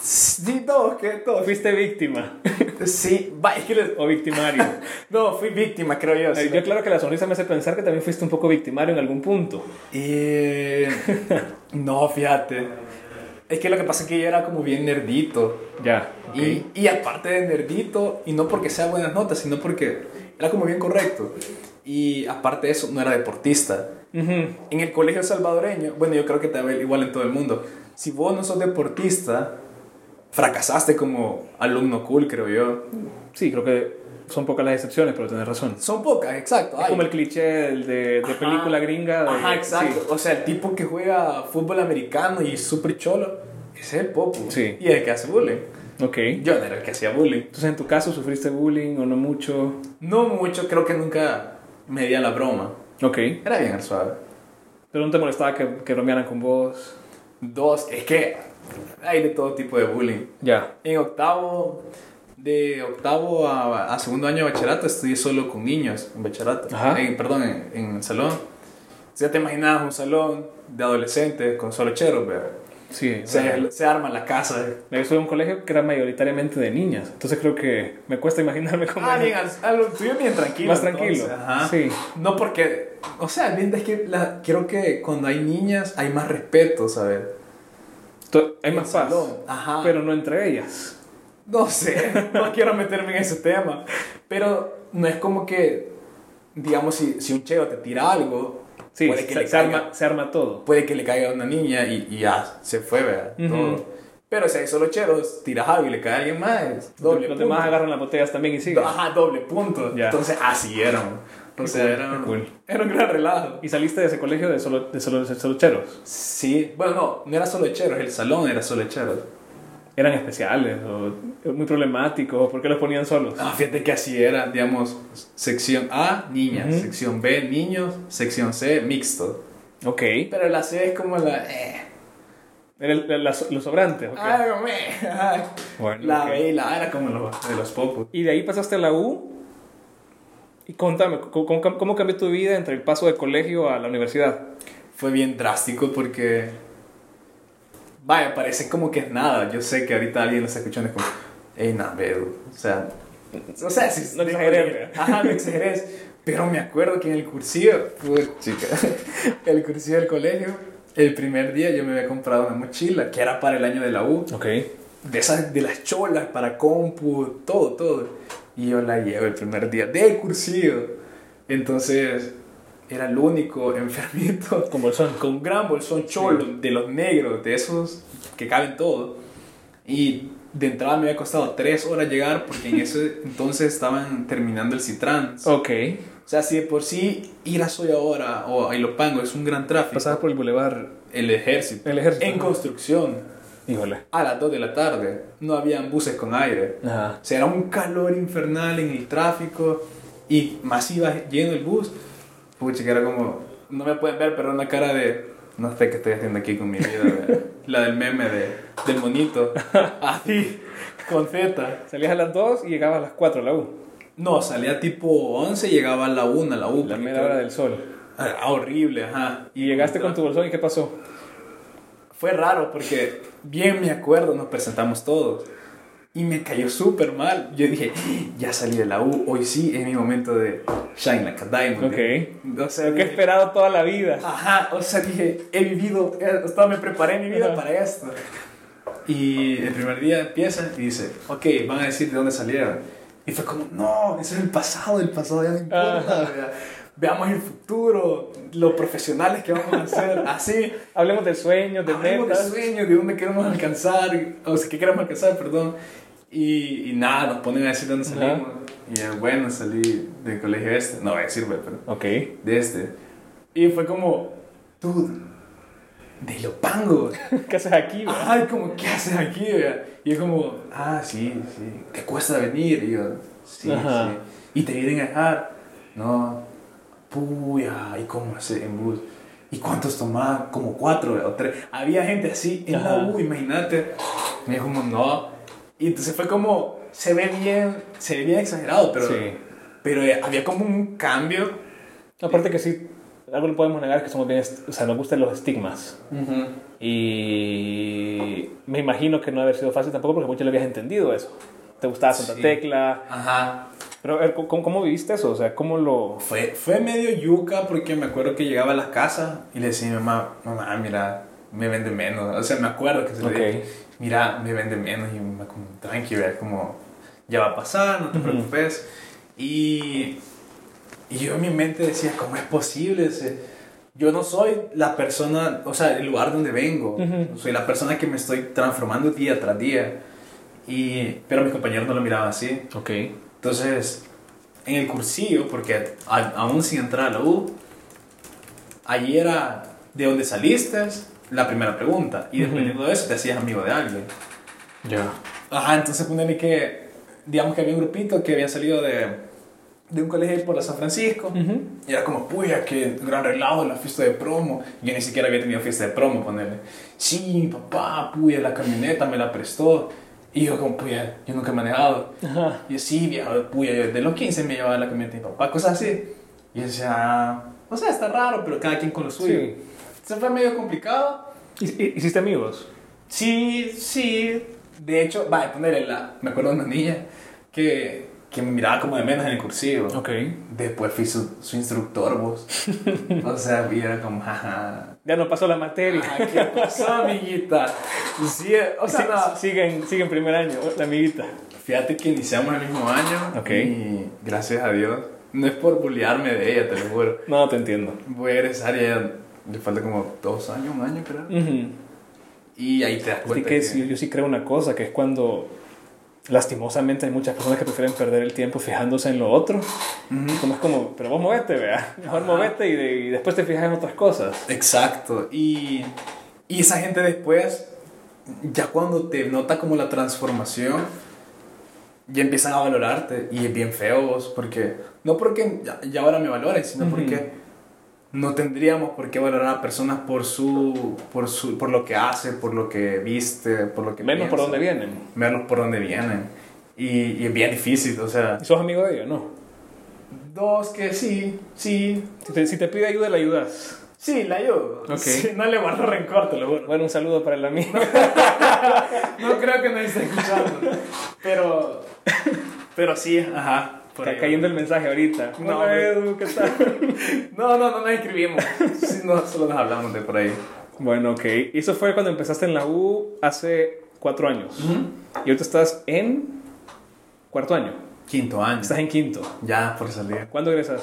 Speaker 2: Sí, todos, que todos.
Speaker 1: ¿Fuiste víctima
Speaker 2: Sí, va, es que les-
Speaker 1: o victimario?
Speaker 2: No, fui víctima, creo yo.
Speaker 1: Eh,
Speaker 2: sí.
Speaker 1: Yo claro que la sonrisa me hace pensar que también fuiste un poco victimario en algún punto.
Speaker 2: Eh, no, fíjate. Es que lo que pasa es que yo era como bien nerdito.
Speaker 1: Ya.
Speaker 2: Y, y aparte de nerdito, y no porque sea buenas notas, sino porque era como bien correcto. Y aparte de eso, no era deportista.
Speaker 1: Ujú.
Speaker 2: En el colegio salvadoreño, bueno, yo creo que también igual en todo el mundo, si vos no sos deportista, fracasaste como alumno cool, creo yo.
Speaker 1: Sí, creo que son pocas las excepciones, pero tenés razón.
Speaker 2: Son pocas, exacto.
Speaker 1: Es
Speaker 2: hay.
Speaker 1: como el cliché del de, de
Speaker 2: Ajá.
Speaker 1: película gringa. de-
Speaker 2: Ajá, exacto. O sea, el tipo que juega fútbol americano y es súper cholo, ese es el popo.
Speaker 1: Sí.
Speaker 2: Y el que hace bullying.
Speaker 1: Sí. Ok.
Speaker 2: Yo no era el que hacía bullying.
Speaker 1: Entonces, en tu caso, ¿sufriste bullying o no mucho?
Speaker 2: No mucho, creo que nunca me di a la broma.
Speaker 1: Ok.
Speaker 2: Era bien suave.
Speaker 1: Pero no te molestaba que, que bromearan con vos.
Speaker 2: Dos, es que hay de todo tipo de bullying.
Speaker 1: Ya.
Speaker 2: En octavo, de octavo a, a segundo año de bachillerato, estudié solo con niños en bachillerato.
Speaker 1: Ajá.
Speaker 2: En- perdón, en, en el salón. Si ya te imaginabas un salón de adolescentes con solo cheros, ¿verdad?
Speaker 1: Sí. bueno.
Speaker 2: se, se arma la casa.
Speaker 1: Me gustó un colegio que era mayoritariamente de niñas. Entonces, creo que me cuesta imaginarme cómo.
Speaker 2: Ah,
Speaker 1: era.
Speaker 2: bien, al- algo tuyo bien tranquilo.
Speaker 1: Más tranquilo,
Speaker 2: ajá.
Speaker 1: sí.
Speaker 2: No porque, o sea, bien, es que la- creo que cuando hay niñas hay más respeto, ¿sabes?
Speaker 1: To- Hay más
Speaker 2: El
Speaker 1: paz.
Speaker 2: salón, ajá.
Speaker 1: Pero no entre ellas.
Speaker 2: No sé, no quiero meterme en ese tema. Pero no es como que, digamos, si, si un cheo te tira algo,
Speaker 1: Sí,
Speaker 2: puede, que
Speaker 1: se,
Speaker 2: le
Speaker 1: se
Speaker 2: caiga,
Speaker 1: arma, se arma todo.
Speaker 2: puede que le caiga a una niña y, y ya se fue, ¿verdad?
Speaker 1: Ujú.
Speaker 2: Todo. Pero si hay solo cheros, tiras algo y le cae a alguien más, doble
Speaker 1: Los
Speaker 2: punto.
Speaker 1: demás agarran las botellas también y siguen.
Speaker 2: Ajá, doble punto.
Speaker 1: Ya.
Speaker 2: Entonces, así eran. O sea,
Speaker 1: cool,
Speaker 2: era, un-
Speaker 1: qué cool.
Speaker 2: era un gran relajo.
Speaker 1: Y saliste de ese colegio de solo, de solo, de solo cheros.
Speaker 2: Sí, bueno, no, no era solo cheros, el salón era solo cheros.
Speaker 1: ¿Eran especiales o muy problemáticos? ¿O por qué los ponían solos?
Speaker 2: Ah, fíjate que así era, digamos, sección A, niñas,
Speaker 1: Ujú.
Speaker 2: sección B, niños, sección C, mixto.
Speaker 1: Ok.
Speaker 2: Pero la C es como la... eh,
Speaker 1: Era el- la- las- los sobrantes. ok.
Speaker 2: Ay, hombre. Ay.
Speaker 1: Bueno,
Speaker 2: Ah, la
Speaker 1: ok.
Speaker 2: B y la A era como los, de los popos.
Speaker 1: Y de ahí pasaste a la U. Y contame, ¿cómo, cómo- cómo cambió tu vida entre el paso de colegio a la universidad?
Speaker 2: Fue bien drástico porque. Vaya, parece como que es nada. Yo sé que ahorita alguien lo está escuchando y es como. Ey, nah, ve, dude". O sea. O sea, si.
Speaker 1: No exageres,
Speaker 2: digo, Ajá, no exageres. Pero me acuerdo que en el cursillo. Pues, chica. El cursillo del colegio. El primer día yo me había comprado una mochila que era para el año de la U.
Speaker 1: Ok.
Speaker 2: de esas de las cholas para compu, todo, todo. Y yo la llevo el primer día de cursillo. Entonces, era el único enfermito
Speaker 1: Con bolsón.
Speaker 2: con un gran bolsón cholo de los negros, de esos que caben todo. Y de entrada me había costado tres horas llegar porque en ese entonces estaban terminando el Citrans.
Speaker 1: Ok.
Speaker 2: O sea, si de por sí ir a Soyahora o a Ilopango es un gran tráfico,
Speaker 1: Pasabas por el bulevar.
Speaker 2: el ejército,
Speaker 1: El ejército,
Speaker 2: en
Speaker 1: ajá.
Speaker 2: construcción
Speaker 1: Híjole.
Speaker 2: a las 2 de la tarde, no habían buses con aire.
Speaker 1: Ajá.
Speaker 2: O sea, era un calor infernal en el tráfico y más iba lleno el bus. Pucha, que era como, no me pueden ver, pero era una cara de, no sé qué estoy haciendo aquí con mi vida. ¿verdad? la del meme de, del monito, así, con Z.
Speaker 1: Salías a las 2 y llegabas a las 4 a la U.
Speaker 2: No, salía tipo 11 y llegaba a la 1, a la U.
Speaker 1: La mera hora del sol.
Speaker 2: Ah, horrible, ajá.
Speaker 1: Y llegaste con tu bolsón y ¿qué pasó?
Speaker 2: Fue raro porque bien me acuerdo, nos presentamos todos. Y me cayó súper mal. Yo dije, ya salí de la U, hoy sí es mi momento de shine like a diamond.
Speaker 1: Ok.
Speaker 2: O sea,
Speaker 1: Lo que he
Speaker 2: dije,
Speaker 1: esperado toda la vida.
Speaker 2: Ajá, o sea, dije, he vivido, eh, o sea, me preparé mi vida
Speaker 1: Ajá.
Speaker 2: para esto. Y el primer día empieza y dice, ok, van a decir de dónde salieron. Y fue como, no, ese es el pasado, el pasado ya no importa.
Speaker 1: Ajá.
Speaker 2: vea- Veamos el futuro, los profesionales que vamos a hacer, así.
Speaker 1: Hablemos del sueño, de
Speaker 2: Hablemos de
Speaker 1: metas.
Speaker 2: sueños, de dónde queremos alcanzar, o sea, qué queremos alcanzar, perdón. Y, y nada, nos ponen a decir dónde
Speaker 1: Ajá.
Speaker 2: salimos. Y eh, bueno, salí del colegio este, no voy a decir, güey, pero
Speaker 1: Ok.
Speaker 2: de este. Y fue como, dude, de Lopango.
Speaker 1: ¿Qué haces aquí? bro?
Speaker 2: Ay, como, ¿qué haces aquí? vea? Y yo como, ah, sí, sí, te cuesta venir. Y yo, sí,
Speaker 1: Ajá.
Speaker 2: sí. Y te vienen a dejar. No, puya, ¿y cómo hace en bus? ¿Y cuántos tomás? Como cuatro vea, o tres. Había gente así en
Speaker 1: Ajá.
Speaker 2: la U, imagínate. Me dijo como, no. Y entonces fue como, se ve bien, se ve bien exagerado, pero,
Speaker 1: Sí.
Speaker 2: pero eh, había como un cambio.
Speaker 1: Aparte que sí, algo no podemos negar que somos bien, est- o sea, nos gustan los estigmas. Y me imagino que no haber sido fácil tampoco porque mucho le habías entendido eso. Te gustaba Santa
Speaker 2: Sí.
Speaker 1: Tecla.
Speaker 2: Ajá.
Speaker 1: Pero a ver, ¿cómo, cómo viviste eso? O sea, ¿cómo lo...?
Speaker 2: Fue, fue medio yuca porque me acuerdo que llegaba a las casas y le decía a mi mamá, mamá, mira, me vende menos. O sea, me acuerdo que se le
Speaker 1: Ok.
Speaker 2: dije, mira, me vende menos. Y mi mamá como, tranqui, vea, como, ya va a pasar, no te preocupes. Y, y yo en mi mente decía, ¿cómo es posible? O sea, yo no soy la persona, o sea, el lugar donde vengo. Soy la persona que me estoy transformando día tras día. Y, pero mis compañeros no lo miraban así.
Speaker 1: Ok.
Speaker 2: Entonces, en el cursillo, porque a- aún sin entrar a la U, allí era de dónde saliste la primera pregunta. Y dependiendo de eso, te hacías amigo de alguien.
Speaker 1: Ya.
Speaker 2: Ajá, entonces ponele que, digamos que había un grupito que había salido de, de un colegio ahí por la San Francisco. Y era como, puya, qué gran relajo la fiesta de promo. Yo ni siquiera había tenido fiesta de promo, ponele. Sí, mi papá, puya, la camioneta me la prestó. Y yo como, puya, yo nunca he manejado.
Speaker 1: Ajá.
Speaker 2: Y yo, sí, viajaba, puya, yo desde los 15 me llevaba la camioneta de mi papá, cosas así. Y yo decía, "Ah, o sea, está raro, pero cada quien con lo suyo.
Speaker 1: Sí.
Speaker 2: Entonces fue medio complicado.
Speaker 1: ¿Hic- hic- ¿Hiciste amigos?
Speaker 2: Sí, sí. De hecho, va, ponerle la. Me acuerdo de una niña que, que me miraba como de menos en el cursivo. Después fui su, su instructor, vos. o sea, y era como, jaja.
Speaker 1: Ya no pasó la materia.
Speaker 2: Ah, ¿Qué pasó, amiguita? Sí, eh, o sea,
Speaker 1: Sí-
Speaker 2: no.
Speaker 1: sigue, en, sigue en primer año, la amiguita.
Speaker 2: Fíjate que iniciamos el mismo año.
Speaker 1: Ok.
Speaker 2: Y gracias a Dios. No es por bullearme de ella, te lo juro.
Speaker 1: No, te entiendo.
Speaker 2: Voy a egresar y a ella le falta como dos años, un año, creo.
Speaker 1: Ujú.
Speaker 2: Y ahí te das
Speaker 1: Así
Speaker 2: cuenta.
Speaker 1: que
Speaker 2: Mm. que-
Speaker 1: sí, yo sí creo una cosa, que es cuando lastimosamente hay muchas personas que prefieren perder el tiempo fijándose en lo otro. Como es como, pero vos movete, vea. Mejor movete y, de- y después te fijas en otras cosas.
Speaker 2: Exacto. Y, y esa gente después, ya cuando te nota como la transformación, ya empiezan a valorarte. Y es bien feo vos, porque... No porque ya, ya ahora me valores, sino porque no tendríamos por qué valorar a personas por su, por su, por lo que hace, por lo que viste, por lo que
Speaker 1: Menos por
Speaker 2: piensa,
Speaker 1: dónde vienen.
Speaker 2: menos por dónde vienen. Y, y es bien difícil, o sea,
Speaker 1: ¿Y sos amigo de ellos? No.
Speaker 2: dos que sí, sí,
Speaker 1: Si te, si te pide ayuda, le ayudas.
Speaker 2: sí, la ayudo.
Speaker 1: Ok.
Speaker 2: Sí, no le guardo rencor, te lo juro.
Speaker 1: Bueno, un saludo para el amigo.
Speaker 2: No creo que nos esté escuchando. Pero. Pero sí, ajá. por ahí
Speaker 1: Está
Speaker 2: va.
Speaker 1: cayendo el mensaje ahorita.
Speaker 2: No,
Speaker 1: Hola,
Speaker 2: hombre.
Speaker 1: Edu, ¿qué tal?
Speaker 2: No, no, no nos escribimos. Sí, no, solo nos hablamos de por ahí.
Speaker 1: bueno, ok. Y eso fue cuando empezaste en la U hace cuatro años. Y ahorita estás en cuarto año.
Speaker 2: Quinto año.
Speaker 1: Estás en quinto.
Speaker 2: Ya por salir.
Speaker 1: ¿Cuándo egresas?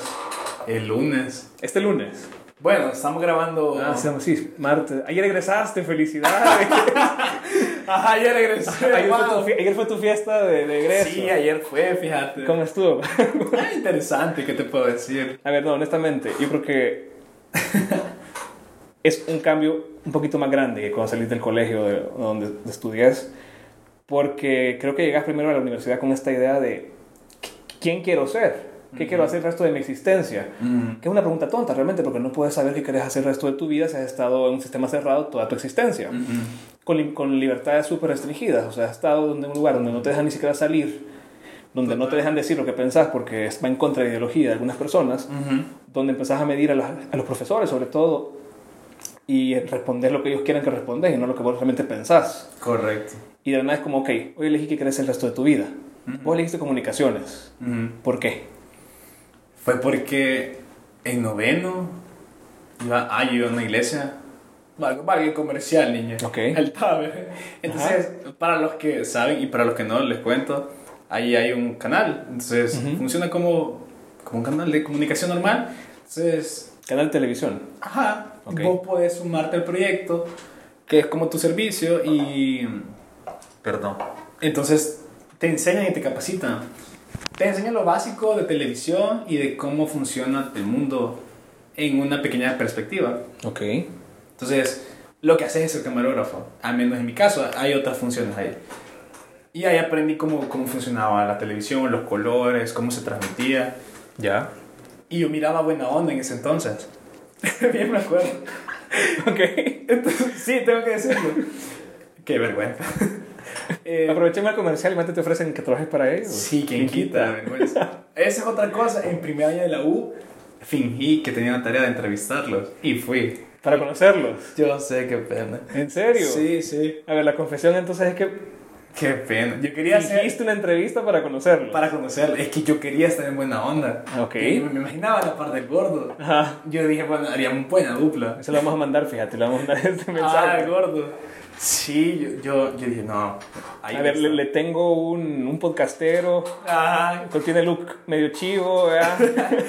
Speaker 2: El lunes.
Speaker 1: Este lunes.
Speaker 2: Bueno, estamos grabando.
Speaker 1: Ah, estamos- sí, martes. Ayer egresaste, felicidades.
Speaker 2: Ajá, ya regresé.
Speaker 1: ayer, fue
Speaker 2: wow.
Speaker 1: tu, fie- ayer fue tu fiesta de, de egreso.
Speaker 2: Sí, ayer fue, fíjate.
Speaker 1: ¿Cómo estuvo?
Speaker 2: Ah, interesante, ¿qué te puedo decir?
Speaker 1: A ver, no, honestamente, yo creo que es un cambio un poquito más grande que cuando salís del colegio de, donde estudias, porque creo que llegas primero a la universidad con esta idea de "¿Qui- quién quiero ser, qué quiero hacer el resto de mi existencia.
Speaker 2: Mm,
Speaker 1: Que es una pregunta tonta realmente, porque no puedes saber qué querés hacer el resto de tu vida si has estado en un sistema cerrado toda tu existencia, con, li- con libertades súper restringidas, o sea, has estado en un lugar donde no te dejan ni siquiera salir, donde no te dejan decir lo que pensás porque es- va en contra de la ideología de algunas personas donde empezás a medir a, las- a los profesores, sobre todo, y responder lo que ellos quieren que respondas y no lo que vos realmente pensás.
Speaker 2: Correcto.
Speaker 1: Y de la nada es como, ok, hoy elegí que querés el resto de tu vida. Vos elegiste comunicaciones. ¿Por qué?
Speaker 2: Fue porque en noveno iba, ah, yo iba a una iglesia, barrio, barrio comercial, niña.
Speaker 1: Ok.
Speaker 2: El Taber. Entonces, para los que saben y para los que no, les cuento, ahí hay un canal. Entonces, funciona como, como un canal de comunicación normal. Entonces,
Speaker 1: Canal de televisión.
Speaker 2: ajá,
Speaker 1: Ok.
Speaker 2: vos podés sumarte al proyecto, que es como tu servicio y... Perdón. Entonces, te enseñan y te capacitan. Te enseñan lo básico de televisión y de cómo funciona el mundo en una pequeña perspectiva.
Speaker 1: Ok.
Speaker 2: Entonces, lo que haces es el camarógrafo. Al menos en mi caso, hay otras funciones ahí. Y ahí aprendí cómo, cómo funcionaba la televisión, los colores, cómo se transmitía.
Speaker 1: Ya.
Speaker 2: Y yo miraba buena onda en ese entonces. Bien me acuerdo.
Speaker 1: Ok.
Speaker 2: Entonces, sí, tengo que decirlo. Qué vergüenza. Eh,
Speaker 1: Aprovechemos el comercial y más te ofrecen que trabajes para ellos.
Speaker 2: Sí, quien quita, vergüenza. Esa es otra cosa. En primer año de la U, fingí que tenía una tarea de entrevistarlos. Y fui.
Speaker 1: Para conocerlos.
Speaker 2: Yo sé, qué pena.
Speaker 1: ¿En serio?
Speaker 2: Sí, sí.
Speaker 1: A ver, la confesión entonces es que
Speaker 2: Qué pena. Yo quería hacer...
Speaker 1: hiciste una entrevista para conocerlos.
Speaker 2: para conocerlo. Es que yo quería estar en buena onda.
Speaker 1: Ok.
Speaker 2: Y me imaginaba la parte del gordo.
Speaker 1: Ajá.
Speaker 2: Yo dije, bueno, haríamos buena dupla.
Speaker 1: Eso lo vamos a mandar, fíjate, le vamos a mandar este mensaje.
Speaker 2: Ah, el gordo. Sí, yo, yo, yo dije, no. ahí
Speaker 1: a ver,
Speaker 2: está. Ah,
Speaker 1: le, le tengo un, un podcastero
Speaker 2: Ajá.
Speaker 1: contiene look medio chivo, ¿verdad?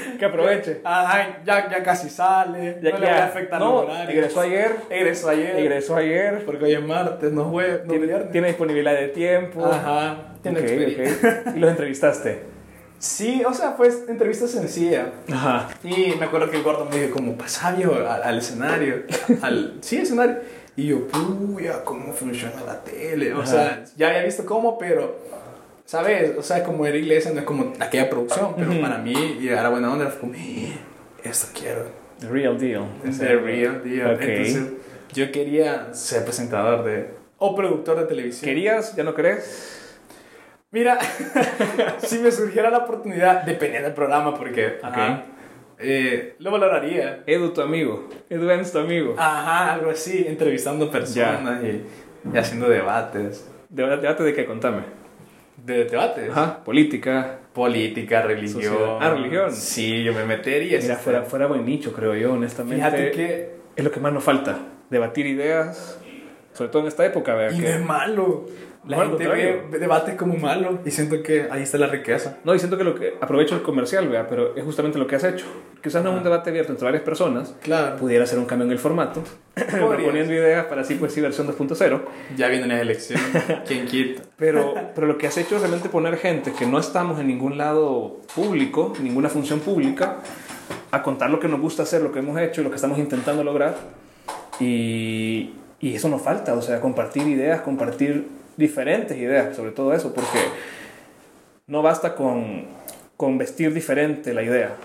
Speaker 1: que aproveche.
Speaker 2: Ajá, ya, ya casi sale.
Speaker 1: Ya
Speaker 2: no
Speaker 1: que
Speaker 2: le va
Speaker 1: ya-
Speaker 2: a afectar
Speaker 1: no,
Speaker 2: el horario.
Speaker 1: egresó ayer,
Speaker 2: Egresó ayer.
Speaker 1: egresó ayer,
Speaker 2: Porque hoy es martes, no jueves, no
Speaker 1: tiene,
Speaker 2: viernes.
Speaker 1: tiene disponibilidad de tiempo.
Speaker 2: Ajá. Tiene
Speaker 1: Ok,
Speaker 2: experiencia.
Speaker 1: ok. Y los entrevistaste.
Speaker 2: Sí, o sea, fue entrevista sencilla.
Speaker 1: Ajá.
Speaker 2: Y me acuerdo que el gordo me dijo, como, pasa viejo, al, al escenario. Al, sí, escenario. Y yo, puya, cómo funciona la tele. O sea, ya había visto cómo, pero, ¿sabes? O sea, como era iglesia, no es como aquella producción, pero para mí, y era buena onda, fue como, "Eh, esto quiero.
Speaker 1: The real deal.
Speaker 2: Es the real deal.
Speaker 1: Ok.
Speaker 2: Entonces, yo quería ser presentador de. O productor de televisión.
Speaker 1: ¿Querías? ¿Ya no querés?
Speaker 2: Mira, si me surgiera la oportunidad, dependiendo del programa, porque ajá, eh, lo valoraría.
Speaker 1: Edu, tu amigo. Edu es tu amigo.
Speaker 2: Ajá, algo así, entrevistando personas y, y haciendo debates.
Speaker 1: Deba- Debate de qué, contame.
Speaker 2: De debates.
Speaker 1: Ajá. Política.
Speaker 2: Política, religión.
Speaker 1: Sociedad. Ah, religión.
Speaker 2: Sí, yo me metería.
Speaker 1: Mira,
Speaker 2: sí.
Speaker 1: fuera, fuera buen nicho, creo yo, honestamente.
Speaker 2: este. Fíjate que.
Speaker 1: Es lo que más nos falta. Debatir ideas. Sobre todo en esta época, ¿verdad?
Speaker 2: Y no
Speaker 1: Que-
Speaker 2: es malo. La
Speaker 1: No, al
Speaker 2: gente ve
Speaker 1: contrario.
Speaker 2: ve debates como malo y siento que ahí está la riqueza.
Speaker 1: No, y siento que lo que aprovecho el comercial, vea, pero es justamente lo que has hecho. Quizás no es un debate abierto entre varias personas.
Speaker 2: Claro.
Speaker 1: Pudiera ser un cambio en el formato, proponiendo ideas para así, pues sí, versión 2.0.
Speaker 2: Ya vienen las elecciones. ¿Quién quita?
Speaker 1: Pero, pero lo que has hecho es realmente poner gente que no estamos en ningún lado público, ninguna función pública, a contar lo que nos gusta hacer, lo que hemos hecho y lo que estamos intentando lograr. Y, y eso nos falta, o sea, compartir ideas, compartir diferentes ideas, sobre todo eso, porque no basta con, con vestir diferente la idea.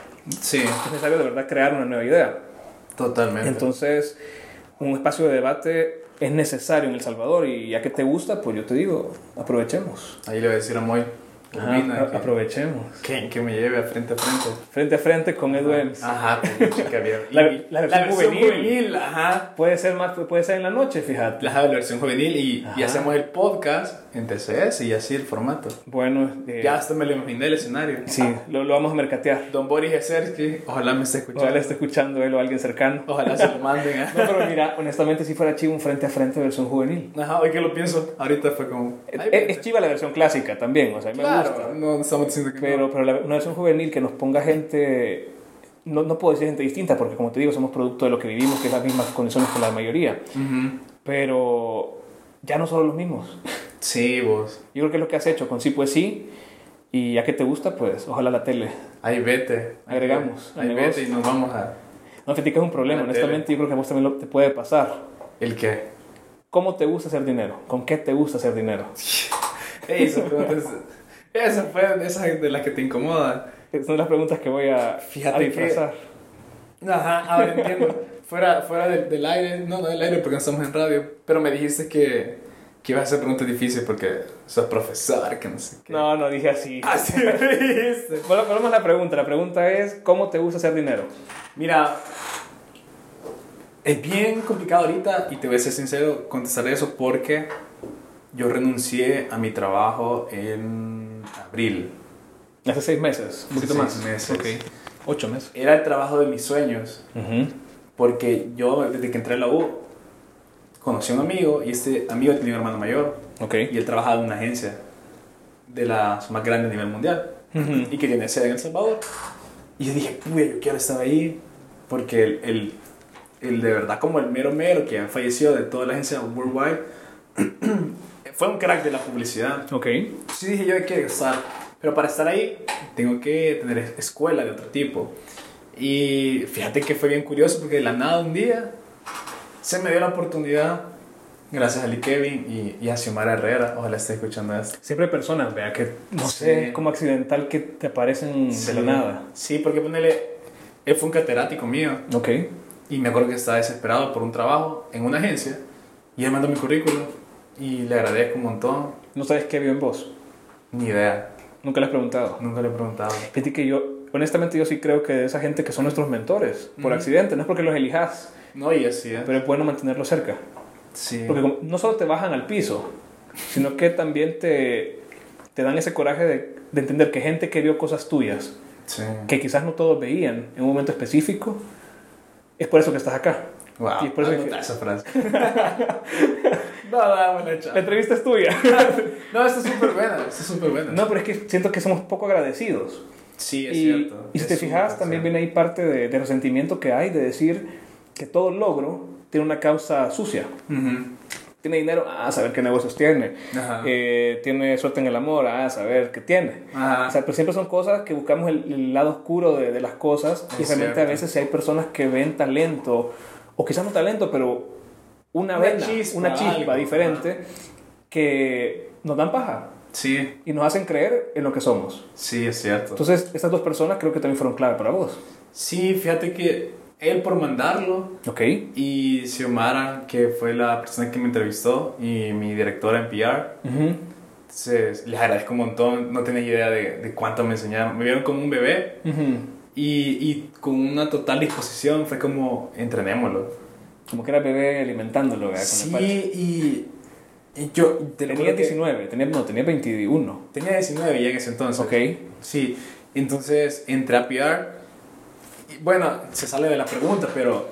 Speaker 2: Sí.
Speaker 1: Es necesario de verdad crear una nueva idea.
Speaker 2: Totalmente.
Speaker 1: Entonces, un espacio de debate es necesario en El Salvador y ya que te gusta, pues yo te digo, aprovechemos.
Speaker 2: Ahí le voy a decir a Moy. ¿qué
Speaker 1: Ajá,
Speaker 2: opina?
Speaker 1: a- aprovechemos.
Speaker 2: que, que me lleve a frente a frente.
Speaker 1: Frente a frente con Ah, Ed Wems.
Speaker 2: Ajá, pues, chica, bien.
Speaker 1: La-
Speaker 2: Y-
Speaker 1: la versión juvenil.
Speaker 2: ajá.
Speaker 1: Puede ser más, puede ser en la noche, fíjate.
Speaker 2: La, la versión juvenil y, y
Speaker 1: Ajá.
Speaker 2: hacemos el podcast en TCS y así el formato.
Speaker 1: Bueno, eh,
Speaker 2: Ya hasta me lo imaginé el escenario.
Speaker 1: sí, lo, lo vamos a mercatear.
Speaker 2: Don Boris Ezersky, ojalá me esté escuchando.
Speaker 1: Ojalá esté escuchando él o alguien cercano.
Speaker 2: Ojalá se lo manden. ¿eh?
Speaker 1: No, pero mira, honestamente, si fuera chivo un frente a frente versión juvenil.
Speaker 2: Ajá, hoy que lo pienso, ahorita fue como...
Speaker 1: Es,
Speaker 2: ay,
Speaker 1: Eh, es chiva la versión clásica también, o sea, me gusta.
Speaker 2: claro, no estamos diciendo que
Speaker 1: Pero, pero la, una versión juvenil que nos ponga gente, no, no puedo decir gente distinta, porque como te digo, somos producto de lo que vivimos, que es las mismas condiciones con la mayoría.
Speaker 2: no. Ujú.
Speaker 1: Pero ya no solo los mismos.
Speaker 2: Sí, vos.
Speaker 1: Yo creo que es lo que has hecho con sí pues sí, y ya que te gusta, pues ojalá la tele.
Speaker 2: Ahí vete.
Speaker 1: Agregamos al
Speaker 2: Ahí vete
Speaker 1: negocio.
Speaker 2: y nos vamos a...
Speaker 1: No, fíjate que es un problema,
Speaker 2: La
Speaker 1: honestamente, yo creo que a vos también lo- te puede pasar.
Speaker 2: ¿El qué?
Speaker 1: ¿Cómo te gusta hacer dinero? ¿Con qué te gusta hacer dinero?
Speaker 2: Ey, Esa fue, esa fue esa de las que te incomoda.
Speaker 1: Esas son las preguntas que voy a,
Speaker 2: Fíjate
Speaker 1: a
Speaker 2: que-
Speaker 1: disfrazar.
Speaker 2: Ajá, ahora entiendo. fuera fuera del, del aire, no, no del aire porque no estamos en radio, pero me dijiste que, que ibas a hacer preguntas difíciles porque sos profesor, que no sé qué.
Speaker 1: No, no dije así.
Speaker 2: Así me dijiste.
Speaker 1: Vol- Volvamos a la pregunta. La pregunta es, ¿cómo te gusta hacer dinero?
Speaker 2: Mira, es bien complicado ahorita y te voy a ser sincero contestar eso porque yo renuncié a mi trabajo en abril.
Speaker 1: Hace seis meses. Un poquito
Speaker 2: Hace
Speaker 1: más.
Speaker 2: seis meses.
Speaker 1: Ok. Ocho meses.
Speaker 2: Era el trabajo de mis sueños. Porque yo, desde que entré a la U, conocí a un amigo y este amigo tenía un hermano mayor
Speaker 1: Ok.
Speaker 2: y él trabajaba en una agencia de las más grandes a nivel mundial
Speaker 1: Ujú.
Speaker 2: y que tiene sede en El Salvador. Y yo dije, puya, yo quiero estar ahí porque el, el, el de verdad, como el mero mero que ya falleció de toda la agencia worldwide, fue un crack de la publicidad.
Speaker 1: Ok.
Speaker 2: Sí dije yo quiero estar, pero para estar ahí tengo que tener es- escuela de otro tipo. Y fíjate que fue bien curioso porque de la nada un día se me dio la oportunidad, gracias a Lee Kevin y, y a Xiomara Herrera, ojalá esté escuchando esto.
Speaker 1: Siempre hay personas, vea, que no
Speaker 2: Sí.
Speaker 1: sé, como accidental que te aparecen de la nada.
Speaker 2: Sí, porque ponele, él fue un catedrático mío
Speaker 1: Ok.
Speaker 2: y me acuerdo que estaba desesperado por un trabajo en una agencia y él mandó mi currículum y le agradezco un montón.
Speaker 1: ¿No sabes qué vio en vos?
Speaker 2: Ni idea,
Speaker 1: Nunca le has preguntado.
Speaker 2: nunca le he preguntado.
Speaker 1: Fíjate que yo, honestamente, yo sí creo que de esa gente que son nuestros mentores, por accidente, no es porque los elijas,
Speaker 2: No, y así, ¿eh?
Speaker 1: pero es bueno mantenerlos cerca.
Speaker 2: Sí.
Speaker 1: Porque como- no solo te bajan al piso, sino que también te, te dan ese coraje de, de entender que gente que vio cosas tuyas,
Speaker 2: Sí.
Speaker 1: que quizás no todos veían en un momento específico, es por eso que estás acá.
Speaker 2: Wow.
Speaker 1: Y es por eso que-
Speaker 2: anota esa frase. no, no, bueno, chao.
Speaker 1: La entrevista es tuya.
Speaker 2: No, esta es súper buena. Esta es súper buena.
Speaker 1: No, pero es que siento que somos poco agradecidos.
Speaker 2: Sí, es
Speaker 1: y,
Speaker 2: cierto.
Speaker 1: y si
Speaker 2: Es
Speaker 1: te
Speaker 2: súper
Speaker 1: fijas, también
Speaker 2: cierto.
Speaker 1: viene ahí parte de, de resentimiento que hay de decir que todo logro tiene una causa sucia. Tiene dinero, ah, a saber qué negocios tiene.
Speaker 2: Ajá.
Speaker 1: Eh, tiene suerte en el amor, ah, a saber qué tiene.
Speaker 2: Ajá.
Speaker 1: O sea, pero siempre son cosas que buscamos el, el lado oscuro de, de las cosas y
Speaker 2: Es
Speaker 1: realmente
Speaker 2: cierto.
Speaker 1: a veces si hay personas que ven talento, o quizás no talento, pero una,
Speaker 2: Una
Speaker 1: vena,
Speaker 2: chispa,
Speaker 1: una chispa
Speaker 2: algo,
Speaker 1: diferente que nos dan paja
Speaker 2: Sí,
Speaker 1: y nos hacen creer en lo que somos.
Speaker 2: sí, es cierto.
Speaker 1: Entonces, estas dos personas creo que también fueron clave para vos.
Speaker 2: sí, fíjate que él por mandarlo
Speaker 1: Ok.
Speaker 2: y Xiomara, que fue la persona que me entrevistó y mi directora en PR,
Speaker 1: Ujú.
Speaker 2: entonces, les agradezco un montón. No tenés idea de, de cuánto me enseñaron. Me vieron como un bebé
Speaker 1: Ujú.
Speaker 2: y, y con una total disposición. Fue como, entrenémoslo.
Speaker 1: Como que era bebé alimentándolo, ¿verdad? Con el
Speaker 2: Sí,
Speaker 1: parche.
Speaker 2: y, y yo te lo
Speaker 1: Tenía
Speaker 2: juro que
Speaker 1: 19, tenía, no, tenía 21.
Speaker 2: tenía 19 ya en ese entonces.
Speaker 1: Ok.
Speaker 2: Sí, entonces entré a PR. Y, bueno, se sale de la pregunta, pero,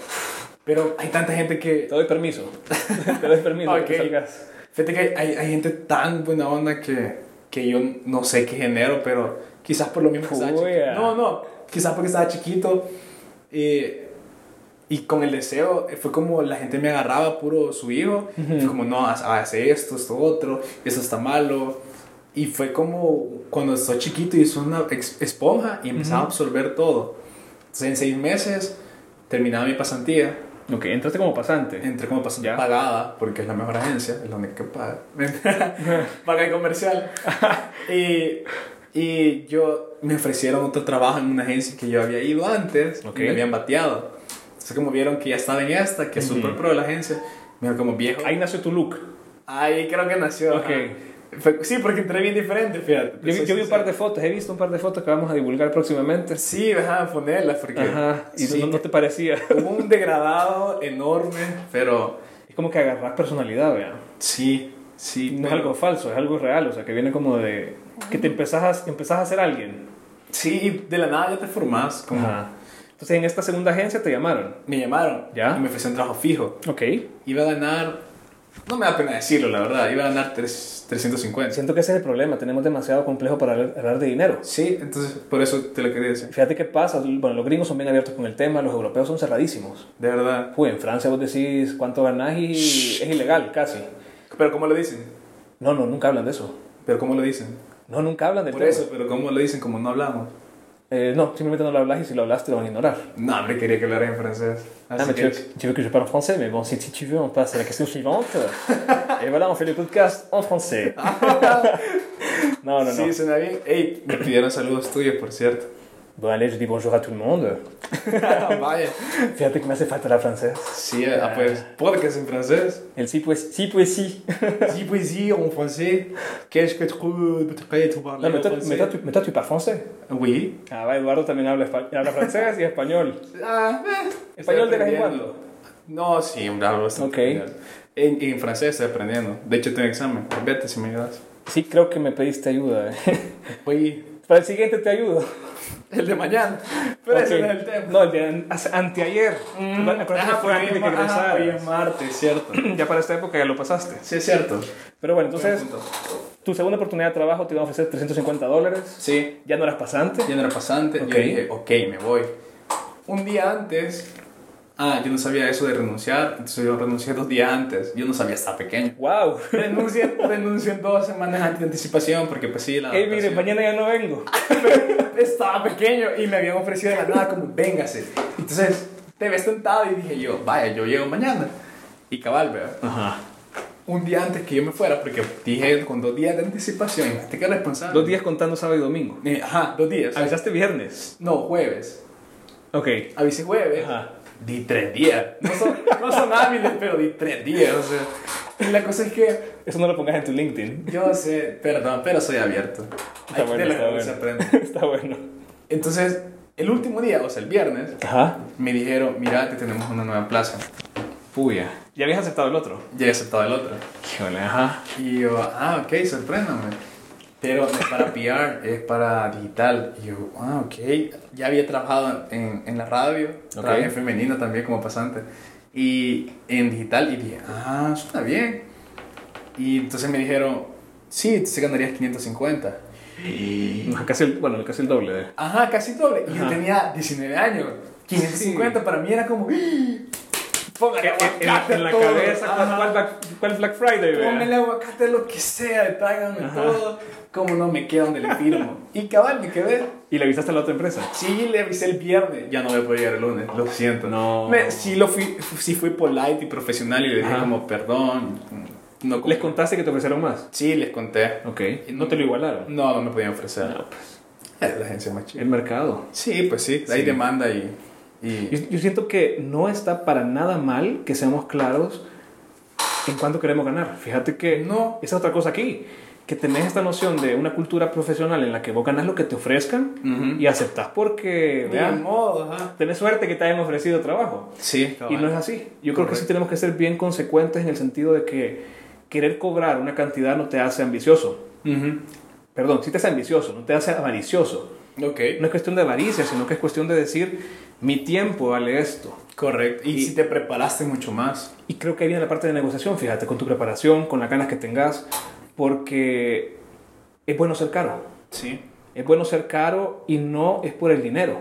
Speaker 2: pero hay tanta gente
Speaker 1: Te
Speaker 2: que...
Speaker 1: doy permiso. Te doy permiso. de que
Speaker 2: Ok.
Speaker 1: salgas.
Speaker 2: Fíjate que hay, hay, hay gente tan buena onda que, que yo no sé qué genero, pero quizás por lo mismo que estaba
Speaker 1: Uy,
Speaker 2: chiquito.
Speaker 1: ah.
Speaker 2: No, no, quizás porque estaba chiquito. eh, y con el deseo, eh, fue como la gente me agarraba puro su hijo.
Speaker 1: Ujú.
Speaker 2: Fue como, no, haz, haz esto, esto otro, eso está malo. Y fue como cuando estás chiquito y sos una ex- esponja y empezaba a absorber todo. Entonces en seis meses terminaba mi pasantía.
Speaker 1: Ok, entraste como pasante.
Speaker 2: Entré como pasante
Speaker 1: Ya.
Speaker 2: pagada, porque es la mejor agencia, es la única que paga. paga el comercial. y, y yo me ofrecieron otro trabajo en una agencia que yo había ido antes
Speaker 1: Ok.
Speaker 2: y me habían bateado. Entonces Entonces, como vieron que ya estaba en esta, que es súper pro de la agencia, mira como viejo.
Speaker 1: Ahí nació tu look.
Speaker 2: Ahí creo que nació.
Speaker 1: Ok.
Speaker 2: ajá. Fue- Sí, porque entré bien diferente, fíjate.
Speaker 1: Yo, vi- yo vi un par de fotos, he visto un par de fotos que vamos a divulgar próximamente.
Speaker 2: Sí, ajá, ponerlas, porque.
Speaker 1: Ajá, y
Speaker 2: sí,
Speaker 1: no, no te parecía.
Speaker 2: Hubo un degradado enorme, pero.
Speaker 1: Es como que agarras personalidad, vea.
Speaker 2: Sí, sí.
Speaker 1: No es
Speaker 2: pero-
Speaker 1: algo falso, es algo real, o sea, que viene como de que te empezás a, empezás a ser alguien.
Speaker 2: Sí, de la nada ya te formás. Como,
Speaker 1: Ajá. Entonces en esta segunda agencia te llamaron.
Speaker 2: Me llamaron
Speaker 1: Ya.
Speaker 2: y me ofrecieron trabajo fijo.
Speaker 1: Ok.
Speaker 2: Iba a ganar. No me da pena decirlo, la verdad. Iba a ganar tres- 350.
Speaker 1: Siento que ese es el problema, tenemos demasiado complejo para hablar hablar de dinero.
Speaker 2: Sí, entonces por eso te lo quería decir.
Speaker 1: Fíjate qué pasa, bueno, los gringos son bien abiertos con el tema, los europeos son cerradísimos.
Speaker 2: De verdad.
Speaker 1: Uy, en Francia vos decís cuánto ganás y es ilegal, casi.
Speaker 2: Pero ¿cómo lo dicen?
Speaker 1: No, no, nunca hablan de eso.
Speaker 2: Pero ¿cómo lo dicen?
Speaker 1: No, nunca hablan del
Speaker 2: Por
Speaker 1: tema.
Speaker 2: eso, pero ¿cómo lo dicen? Como no hablamos.
Speaker 1: Eh, no, simplemente no lo hablas y si lo hablas te lo van a ignorar.
Speaker 2: No, hombre, quería que hablara en francés.
Speaker 1: Ah,
Speaker 2: Así
Speaker 1: mais tu
Speaker 2: que,
Speaker 1: veux, tu veux que je parle en français, mais bon, si, si tu veux, on passe à la question suivante. Et Eh, voilà, on fait le podcast en français. non, non, non.
Speaker 2: sí, suena bien. Ey, me pidieron saludos tuyos, por cierto.
Speaker 1: Bon, allez, je dis bonjour à tout le monde.
Speaker 2: Vaya.
Speaker 1: Fíjate que me hace falta la francesa.
Speaker 2: Sí, ah, pues, podcast en francés.
Speaker 1: El sí, pues, sí, pues, sí.
Speaker 2: Si poésie en français, qu'est-ce que tu peux tu parler
Speaker 1: Non, mais toi,
Speaker 2: en français?
Speaker 1: mais toi, tu, mais toi, tu parles français.
Speaker 2: Oui.
Speaker 1: Ah, va, Eduardo también habla, espa- habla francés y español.
Speaker 2: Ah, eh,
Speaker 1: Español de vez en
Speaker 2: estoy aprendiendo. No, sí, hombre, hablo bastante.
Speaker 1: Ok.
Speaker 2: español. En, en francés estoy aprendiendo. De hecho, tengo examen. Vete si me ayudas.
Speaker 1: Sí, creo que me pediste ayuda. eh.
Speaker 2: Oye,
Speaker 1: Para el siguiente te ayudo.
Speaker 2: el de mañana. Pero ese
Speaker 1: Ok.
Speaker 2: no es el tema. Mm.
Speaker 1: No, el de an- hace- anteayer. Acuérdate que
Speaker 2: Ajá,
Speaker 1: fue
Speaker 2: porque
Speaker 1: antes de que
Speaker 2: hoy es ma- ajá, pues, hoy es
Speaker 1: regresaras. Mm,
Speaker 2: martes, cierto.
Speaker 1: Ya para esta época ya lo pasaste.
Speaker 2: Sí, es cierto.
Speaker 1: Pero bueno, entonces, tu segunda oportunidad de trabajo te iban a ofrecer 350 dólares.
Speaker 2: Sí,
Speaker 1: Ya no eras pasante.
Speaker 2: ya no era pasante.
Speaker 1: Ok.
Speaker 2: Yo dije, ok, me voy. Un día antes. Ah, yo no sabía eso de renunciar. Entonces yo renuncié dos días antes. Yo no sabía, estaba pequeño.
Speaker 1: ¡Wow!
Speaker 2: Renuncié, renuncié dos semanas antes de anticipación porque pues sí, la...
Speaker 1: Hey, mire,
Speaker 2: vacación-
Speaker 1: mañana ya no vengo.
Speaker 2: Estaba pequeño y me habían ofrecido de la nada como, véngase. Entonces, te ves tentado y dije yo, vaya, yo llego mañana. Y cabal, ¿verdad?
Speaker 1: Ajá.
Speaker 2: Un día antes que yo me fuera, porque dije con dos días de anticipación, imagínate que responsable.
Speaker 1: Dos días contando sábado y domingo.
Speaker 2: Eh, ajá, dos días.
Speaker 1: Avisaste viernes.
Speaker 2: No, jueves.
Speaker 1: Ok.
Speaker 2: Avisé jueves.
Speaker 1: Ajá.
Speaker 2: Di tres días. No son, no son hábiles, pero di tres días. O sea, y la cosa es que
Speaker 1: Eso no lo pongas en tu LinkedIn.
Speaker 2: Yo sé, perdón, pero soy abierto.
Speaker 1: Está
Speaker 2: Hay
Speaker 1: bueno,
Speaker 2: tela
Speaker 1: está
Speaker 2: que
Speaker 1: bueno.
Speaker 2: se aprende.
Speaker 1: Está bueno.
Speaker 2: Entonces, el último día, o sea, el viernes,
Speaker 1: Ajá.
Speaker 2: me dijeron, mira, que tenemos una nueva plaza. Puya.
Speaker 1: Ya habías aceptado el otro.
Speaker 2: Ya he aceptado el otro.
Speaker 1: Qué ajá.
Speaker 2: Y yo, ah, ok, sorpréndame. Pero no es para PR, es para digital. Y yo, ah, ok. Ya había trabajado en, en la radio,
Speaker 1: Ok.
Speaker 2: trabajé en femenino también como pasante. Y en digital, y dije, ah, suena bien. Y entonces me dijeron, sí, entonces ganarías 550.
Speaker 1: Casi el, bueno, casi el doble de.
Speaker 2: Ajá, casi doble. Y yo
Speaker 1: Ajá.
Speaker 2: tenía 19 años. 550 para mí era como. Póngale aguacate.
Speaker 1: En, en
Speaker 2: a
Speaker 1: la
Speaker 2: todo.
Speaker 1: cabeza, ¿cuál,
Speaker 2: Ajá.
Speaker 1: cuál Black, cuál Black Friday,
Speaker 2: Póngale
Speaker 1: vea?
Speaker 2: aguacate a lo que sea, tráigame todo. Como no me queda donde le firmo. y cabal, me quedé.
Speaker 1: Y le avisaste a la otra empresa.
Speaker 2: Sí, le avisé el viernes. Ya no me puedo llegar el lunes, lo siento.
Speaker 1: No.
Speaker 2: Me- sí, lo fui, sí fui polite y profesional y le dije
Speaker 1: Ajá.
Speaker 2: como perdón. No
Speaker 1: ¿Les contaste que te ofrecieron más?
Speaker 2: Sí, les conté.
Speaker 1: Ok. ¿No te lo igualaron?
Speaker 2: No, no me podían ofrecer.
Speaker 1: pues.
Speaker 2: Eh, La agencia es más chida.
Speaker 1: El mercado.
Speaker 2: Sí, pues sí, hay
Speaker 1: Sí.
Speaker 2: demanda y. y...
Speaker 1: Yo, yo siento que no está para nada mal que seamos claros en cuánto queremos ganar. Fíjate que
Speaker 2: No.
Speaker 1: esa es otra cosa aquí, que tenés esta noción de una cultura profesional en la que vos ganás lo que te ofrezcan
Speaker 2: Ujú.
Speaker 1: y aceptás porque
Speaker 2: De
Speaker 1: vean,
Speaker 2: modo, ajá.
Speaker 1: tenés suerte que te hayan ofrecido trabajo.
Speaker 2: Sí,
Speaker 1: Y no es así. Yo creo que sí
Speaker 2: Correcto.
Speaker 1: tenemos que ser bien consecuentes en el sentido de que querer cobrar una cantidad no te hace ambicioso. Perdón, sí te hace ambicioso, no te hace avaricioso.
Speaker 2: Ok,
Speaker 1: No es cuestión de avaricia, sino que es cuestión de decir, mi tiempo vale esto.
Speaker 2: correcto. Y, si te preparaste mucho más.
Speaker 1: Y creo que ahí viene la parte de negociación, fíjate, con tu preparación, con las ganas que tengas, porque es bueno ser caro.
Speaker 2: Sí.
Speaker 1: Es bueno ser caro y no es por el dinero,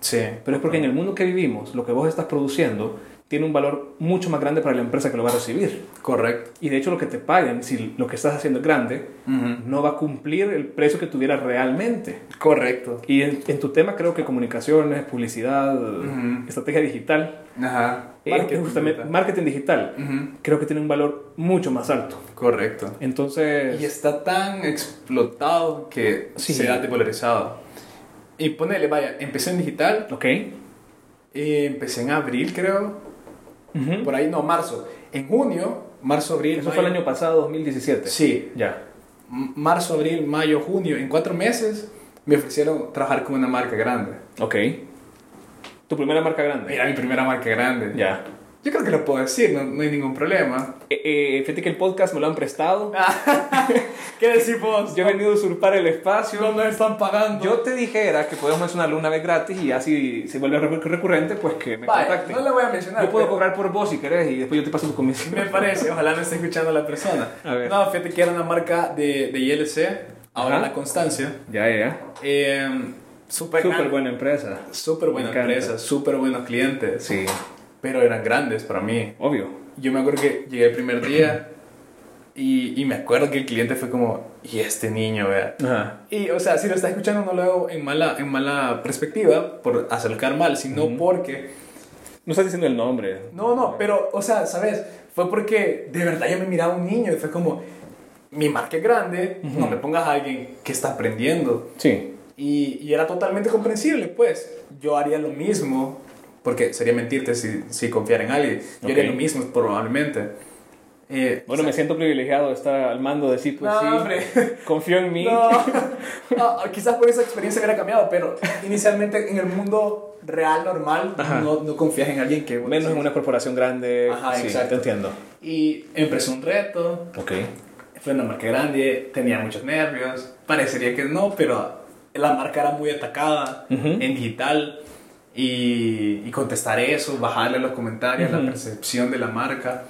Speaker 2: Sí.
Speaker 1: pero es porque en el mundo que vivimos, lo que vos estás produciendo tiene un valor mucho más grande para la empresa que lo va a recibir.
Speaker 2: Correcto.
Speaker 1: Y de hecho lo que te paguen, si lo que estás haciendo es grande, no va a cumplir el precio que tuviera realmente.
Speaker 2: Correcto.
Speaker 1: Y en, en tu tema creo que comunicaciones, publicidad,
Speaker 2: Ujú.
Speaker 1: estrategia digital,
Speaker 2: Ajá.
Speaker 1: eh,
Speaker 2: Marketing,
Speaker 1: justamente,
Speaker 2: ¿verdad?
Speaker 1: marketing digital,
Speaker 2: Ujú.
Speaker 1: creo que tiene un valor mucho más alto.
Speaker 2: Correcto.
Speaker 1: Entonces,
Speaker 2: Y está tan explotado que
Speaker 1: Sí.
Speaker 2: se ha depolarizado. Y ponele, vaya, empecé en digital
Speaker 1: ok,
Speaker 2: eh, empecé en abril, creo.
Speaker 1: Ujú.
Speaker 2: Por ahí, no, marzo. En junio, marzo, abril.
Speaker 1: Eso fue el
Speaker 2: mayo-
Speaker 1: año pasado, 2017.
Speaker 2: Sí.
Speaker 1: Ya.
Speaker 2: M- Marzo, abril, mayo, junio. En cuatro meses me ofrecieron trabajar con una marca grande.
Speaker 1: Ok. Tu primera marca grande.
Speaker 2: Era mi primera marca grande.
Speaker 1: Ya.
Speaker 2: Yo creo que lo puedo decir, no, no hay ningún problema.
Speaker 1: Eh, eh, fíjate que el podcast me lo han prestado.
Speaker 2: ¿Qué decís vos?
Speaker 1: Yo he venido a usurpar el espacio.
Speaker 2: no me están pagando.
Speaker 1: Yo te dijera que podemos mencionarlo una vez gratis y así si vuelve recur- recurrente, pues que me
Speaker 2: Vaya,
Speaker 1: contacten.
Speaker 2: no lo voy a mencionar.
Speaker 1: Yo puedo
Speaker 2: pero-
Speaker 1: cobrar por vos si querés y después yo te paso tu comisión.
Speaker 2: Me parece, ojalá me esté escuchando la persona.
Speaker 1: A ver.
Speaker 2: No, fíjate que era una marca de, de ILC, ahora
Speaker 1: Ajá.
Speaker 2: la Constancia.
Speaker 1: Ya, ya, ya.
Speaker 2: Eh, súper
Speaker 1: Súper
Speaker 2: gran-
Speaker 1: buena empresa.
Speaker 2: súper buena
Speaker 1: Me encanta.
Speaker 2: empresa, súper buenos clientes.
Speaker 1: Sí,
Speaker 2: Pero eran grandes para mí.
Speaker 1: obvio.
Speaker 2: Yo me acuerdo que llegué el primer día y, y me acuerdo que el cliente fue como, ¿y este niño, vea?
Speaker 1: Ajá.
Speaker 2: Y, o sea, si lo está escuchando, no lo hago en mala, en mala perspectiva, por acercar mal, sino porque.
Speaker 1: No estás diciendo el nombre.
Speaker 2: No, no, pero, o sea, ¿sabes? Fue porque de verdad yo me miraba un niño y fue como, mi marca es grande, no me pongas a alguien que está aprendiendo.
Speaker 1: Sí.
Speaker 2: Y, y era totalmente comprensible, pues. Yo haría lo mismo, porque sería mentirte si, si confiara en alguien. Yo haría
Speaker 1: Ok.
Speaker 2: lo mismo, probablemente. Eh,
Speaker 1: Bueno, me siento privilegiado de estar al mando de sí, pues
Speaker 2: No,
Speaker 1: sí.
Speaker 2: hombre.
Speaker 1: Confío en mí.
Speaker 2: No. Ah, ah, quizás por esa experiencia hubiera cambiado, pero inicialmente en el mundo real, normal,
Speaker 1: Ajá.
Speaker 2: no, no confías en alguien que...
Speaker 1: Menos en una corporación grande.
Speaker 2: Ajá,
Speaker 1: sí,
Speaker 2: exacto.
Speaker 1: te entiendo.
Speaker 2: Y empezó un reto,
Speaker 1: Ok.
Speaker 2: fue una marca grande, tenía muchos nervios, parecería que no, pero la marca era muy atacada
Speaker 1: Ujú.
Speaker 2: en digital y, y contestar eso, bajarle los comentarios,
Speaker 1: Ujú.
Speaker 2: la percepción de la marca.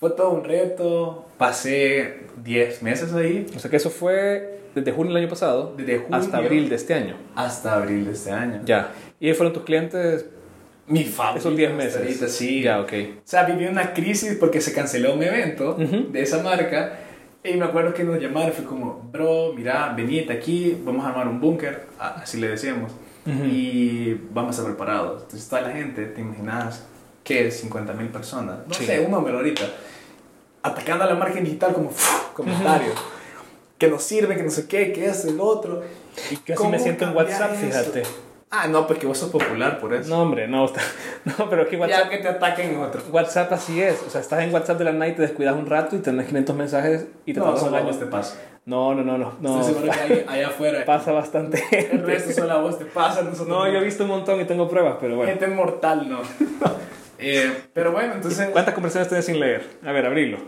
Speaker 2: Fue todo un reto, pasé 10 meses ahí
Speaker 1: O sea que eso fue desde junio del año pasado
Speaker 2: Desde junio.
Speaker 1: hasta abril de este año.
Speaker 2: hasta abril de este año.
Speaker 1: Ya. ¿Y ellos fueron tus clientes
Speaker 2: Mi favorito.
Speaker 1: esos 10
Speaker 2: hasta
Speaker 1: meses?
Speaker 2: ahorita, sí.
Speaker 1: Ya, ok.
Speaker 2: O sea, viví una crisis porque se canceló un evento
Speaker 1: Ujú.
Speaker 2: de esa marca. Y me acuerdo que nos llamaron, fue como, bro, mira, venite aquí, vamos a armar un búnker, a- así le decíamos,
Speaker 1: Ujú.
Speaker 2: y vamos a estar preparados. Entonces, toda la gente, ¿te imaginas qué? 50 mil personas, no
Speaker 1: Sí.
Speaker 2: sé, un número ahorita, atacando a la marca en digital como "Fu", comentarios, que no sirve, que no sé qué, que esto, el otro. Y
Speaker 1: Yo así
Speaker 2: ¿cómo
Speaker 1: me siento en
Speaker 2: cambiar
Speaker 1: WhatsApp,
Speaker 2: eso?
Speaker 1: fíjate.
Speaker 2: Ah, no, pues que vos sos popular por eso.
Speaker 1: No, hombre, no. está- No, pero es que WhatsApp,
Speaker 2: Ya que te ataquen otros.
Speaker 1: WhatsApp así es. O sea, estás en WhatsApp de la night, te descuidas un rato y tenés 500 mensajes y te
Speaker 2: No,
Speaker 1: pasas un
Speaker 2: solo a vos
Speaker 1: año.
Speaker 2: te pasa.
Speaker 1: No, no, no, no. no.
Speaker 2: Estoy seguro que alguien allá afuera.
Speaker 1: Pasa bastante.
Speaker 2: El resto solo a vos te pasa. Nosotros
Speaker 1: No, yo he visto un montón y tengo pruebas, pero bueno.
Speaker 2: Gente mortal, no. Eh, pero bueno, entonces.
Speaker 1: ¿Cuántas conversaciones tenés sin leer? A ver, abrilo.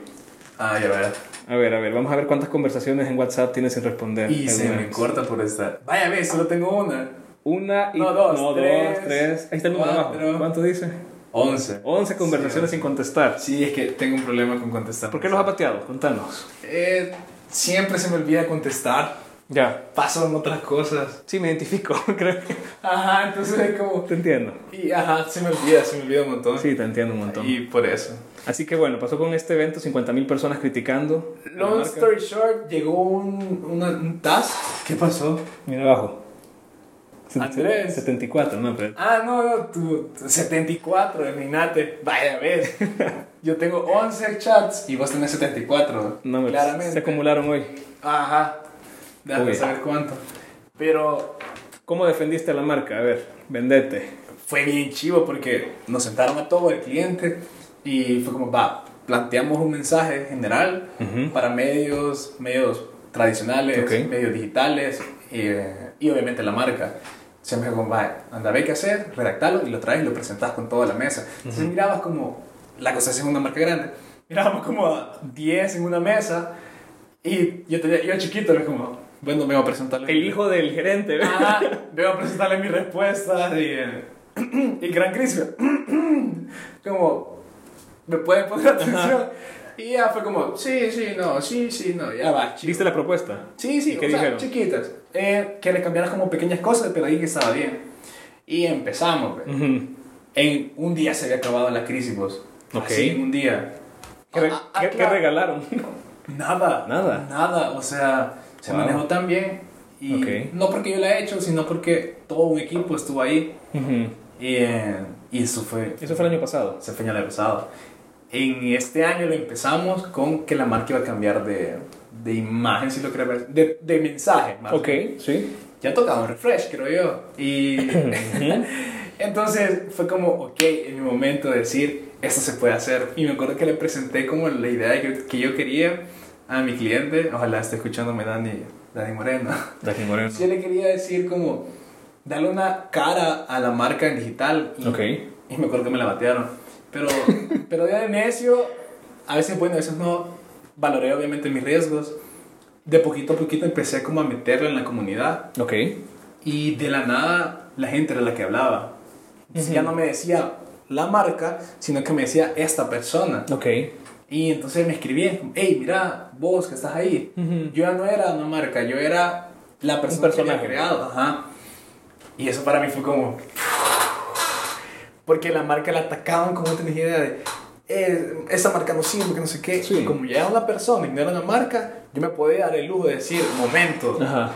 Speaker 2: Ay, a ver.
Speaker 1: A ver, a ver, vamos a ver cuántas conversaciones en WhatsApp tienes sin responder.
Speaker 2: Y se
Speaker 1: Algunas.
Speaker 2: me corta por esta. Vaya, ve, solo tengo una.
Speaker 1: Una y
Speaker 2: No, dos, tres,
Speaker 1: tres. Ahí está el número
Speaker 2: cuatro.
Speaker 1: abajo. ¿Cuánto dice?
Speaker 2: 11.
Speaker 1: 11 conversaciones sin contestar.
Speaker 2: Sí, es que tengo un problema con contestar.
Speaker 1: ¿Por qué los ha pateado? Contanos.
Speaker 2: Eh, siempre se me olvida contestar.
Speaker 1: Ya.
Speaker 2: Pasan otras cosas.
Speaker 1: Sí, me identifico, creo que
Speaker 2: Ajá, entonces es como.
Speaker 1: te entiendo.
Speaker 2: Y ajá, se me olvida, se me olvida un montón.
Speaker 1: Sí, te entiendo un montón.
Speaker 2: Y por eso.
Speaker 1: Así que bueno, pasó con este evento, 50.000 personas criticando. a la
Speaker 2: Long
Speaker 1: marca.
Speaker 2: story short, llegó un, una- un task. ¿Qué pasó?
Speaker 1: Mira abajo.
Speaker 2: Andrés.
Speaker 1: 74, no, pero...
Speaker 2: Ah, no, no, tú, tú, 74, imagínate. Vaya, ves. Yo tengo 11 chats y vos tenés 74.
Speaker 1: No, me
Speaker 2: claramente.
Speaker 1: se acumularon hoy.
Speaker 2: Ajá. Déjame
Speaker 1: Uy.
Speaker 2: saber cuánto. Pero
Speaker 1: ¿Cómo defendiste a la marca? A ver, vendete.
Speaker 2: fue bien chivo porque nos sentaron a todo el cliente y fue como, va, planteamos un mensaje general
Speaker 1: Ujú.
Speaker 2: para medios, medios tradicionales,
Speaker 1: Ok.
Speaker 2: medios digitales eh, y obviamente la marca. Siempre como, va, anda, ve qué hacer, redactalo y lo traes y lo presentas con toda la mesa. Entonces mirabas como, la cosa es una marca grande, mirábamos como a 10 en una mesa y yo, tenía, yo chiquito era como, bueno, vengo a presentarle.
Speaker 1: El hijo del gerente. ¿ve?
Speaker 2: Ah, debo presentarle mi respuesta y, eh, y gran crisis. como, ¿me pueden poner atención? Y ya fue como, sí, sí, no, sí, sí, no, ya va. chico.
Speaker 1: ¿Viste la propuesta?
Speaker 2: Ah, Sí,
Speaker 1: ¿Y
Speaker 2: sí,
Speaker 1: qué
Speaker 2: o sea,
Speaker 1: dijeron?
Speaker 2: chiquitas. Eh, que le cambiaras como pequeñas cosas, pero ahí que estaba bien. Y empezamos. ve.
Speaker 1: Ujú.
Speaker 2: En un día se había acabado la crisis, vos.
Speaker 1: Ok.
Speaker 2: Así, en un día.
Speaker 1: ¿Qué, re-
Speaker 2: Ah, ah,
Speaker 1: qué- qué
Speaker 2: claro.
Speaker 1: regalaron?
Speaker 2: Nada.
Speaker 1: Nada.
Speaker 2: Nada. O sea, se
Speaker 1: Wow.
Speaker 2: manejó tan bien. Y
Speaker 1: Ok.
Speaker 2: no porque yo la he hecho, sino porque todo un equipo estuvo ahí.
Speaker 1: Ujú.
Speaker 2: Y, eh, y eso fue.
Speaker 1: Eso fue el año pasado.
Speaker 2: Se fue el año pasado. En este año lo empezamos con que la marca iba a cambiar de, de imagen, si lo querés ver. De, de mensaje, más.
Speaker 1: Ok, sí.
Speaker 2: Ya tocaba un refresh, creo yo. Y, Entonces fue como, ok, en mi momento de decir, esto se puede hacer. Y me acuerdo que le presenté como la idea que, que yo quería a mi cliente. Ojalá esté escuchándome Dani, Dani Moreno.
Speaker 1: Dani Moreno.
Speaker 2: Yo le quería decir como, darle una cara a la marca en digital. Y,
Speaker 1: Ok.
Speaker 2: y me acuerdo que me la batearon. Pero, pero ya de necio, a veces bueno, a veces no, valoré obviamente mis riesgos. De poquito a poquito empecé como a meterlo en la comunidad.
Speaker 1: Ok.
Speaker 2: Y de la nada, la gente era la que hablaba. Entonces, Ya no me decía la marca, sino que me decía esta persona.
Speaker 1: Ok.
Speaker 2: Y entonces me escribía, como, hey, mira, vos que estás ahí.
Speaker 1: Ujú.
Speaker 2: Yo ya no era una marca, yo era la persona que
Speaker 1: personaje.
Speaker 2: había creado. Ajá. Y eso para mí fue como... Porque la marca la atacaban como no tenés idea de... "Eh, esa marca no sirve, que no sé qué.
Speaker 1: Sí.
Speaker 2: Y como ya era una persona y no era una marca, yo me podía dar el lujo de decir, momento,
Speaker 1: Ajá.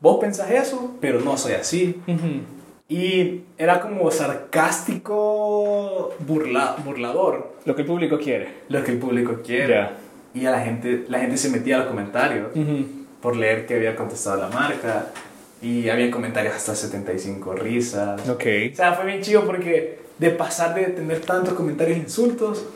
Speaker 2: vos pensás eso, pero no soy así. Y era como sarcástico, burla, burlador,
Speaker 1: Lo que el público quiere.
Speaker 2: lo que el público quiere.
Speaker 1: Ya.
Speaker 2: Y a la gente, la gente se metía a los comentarios por leer que había contestado la marca. Y había comentarios hasta 75 risas. O
Speaker 1: Ok.
Speaker 2: sea, fue bien chido porque de pasar de tener tantos comentarios e insultos,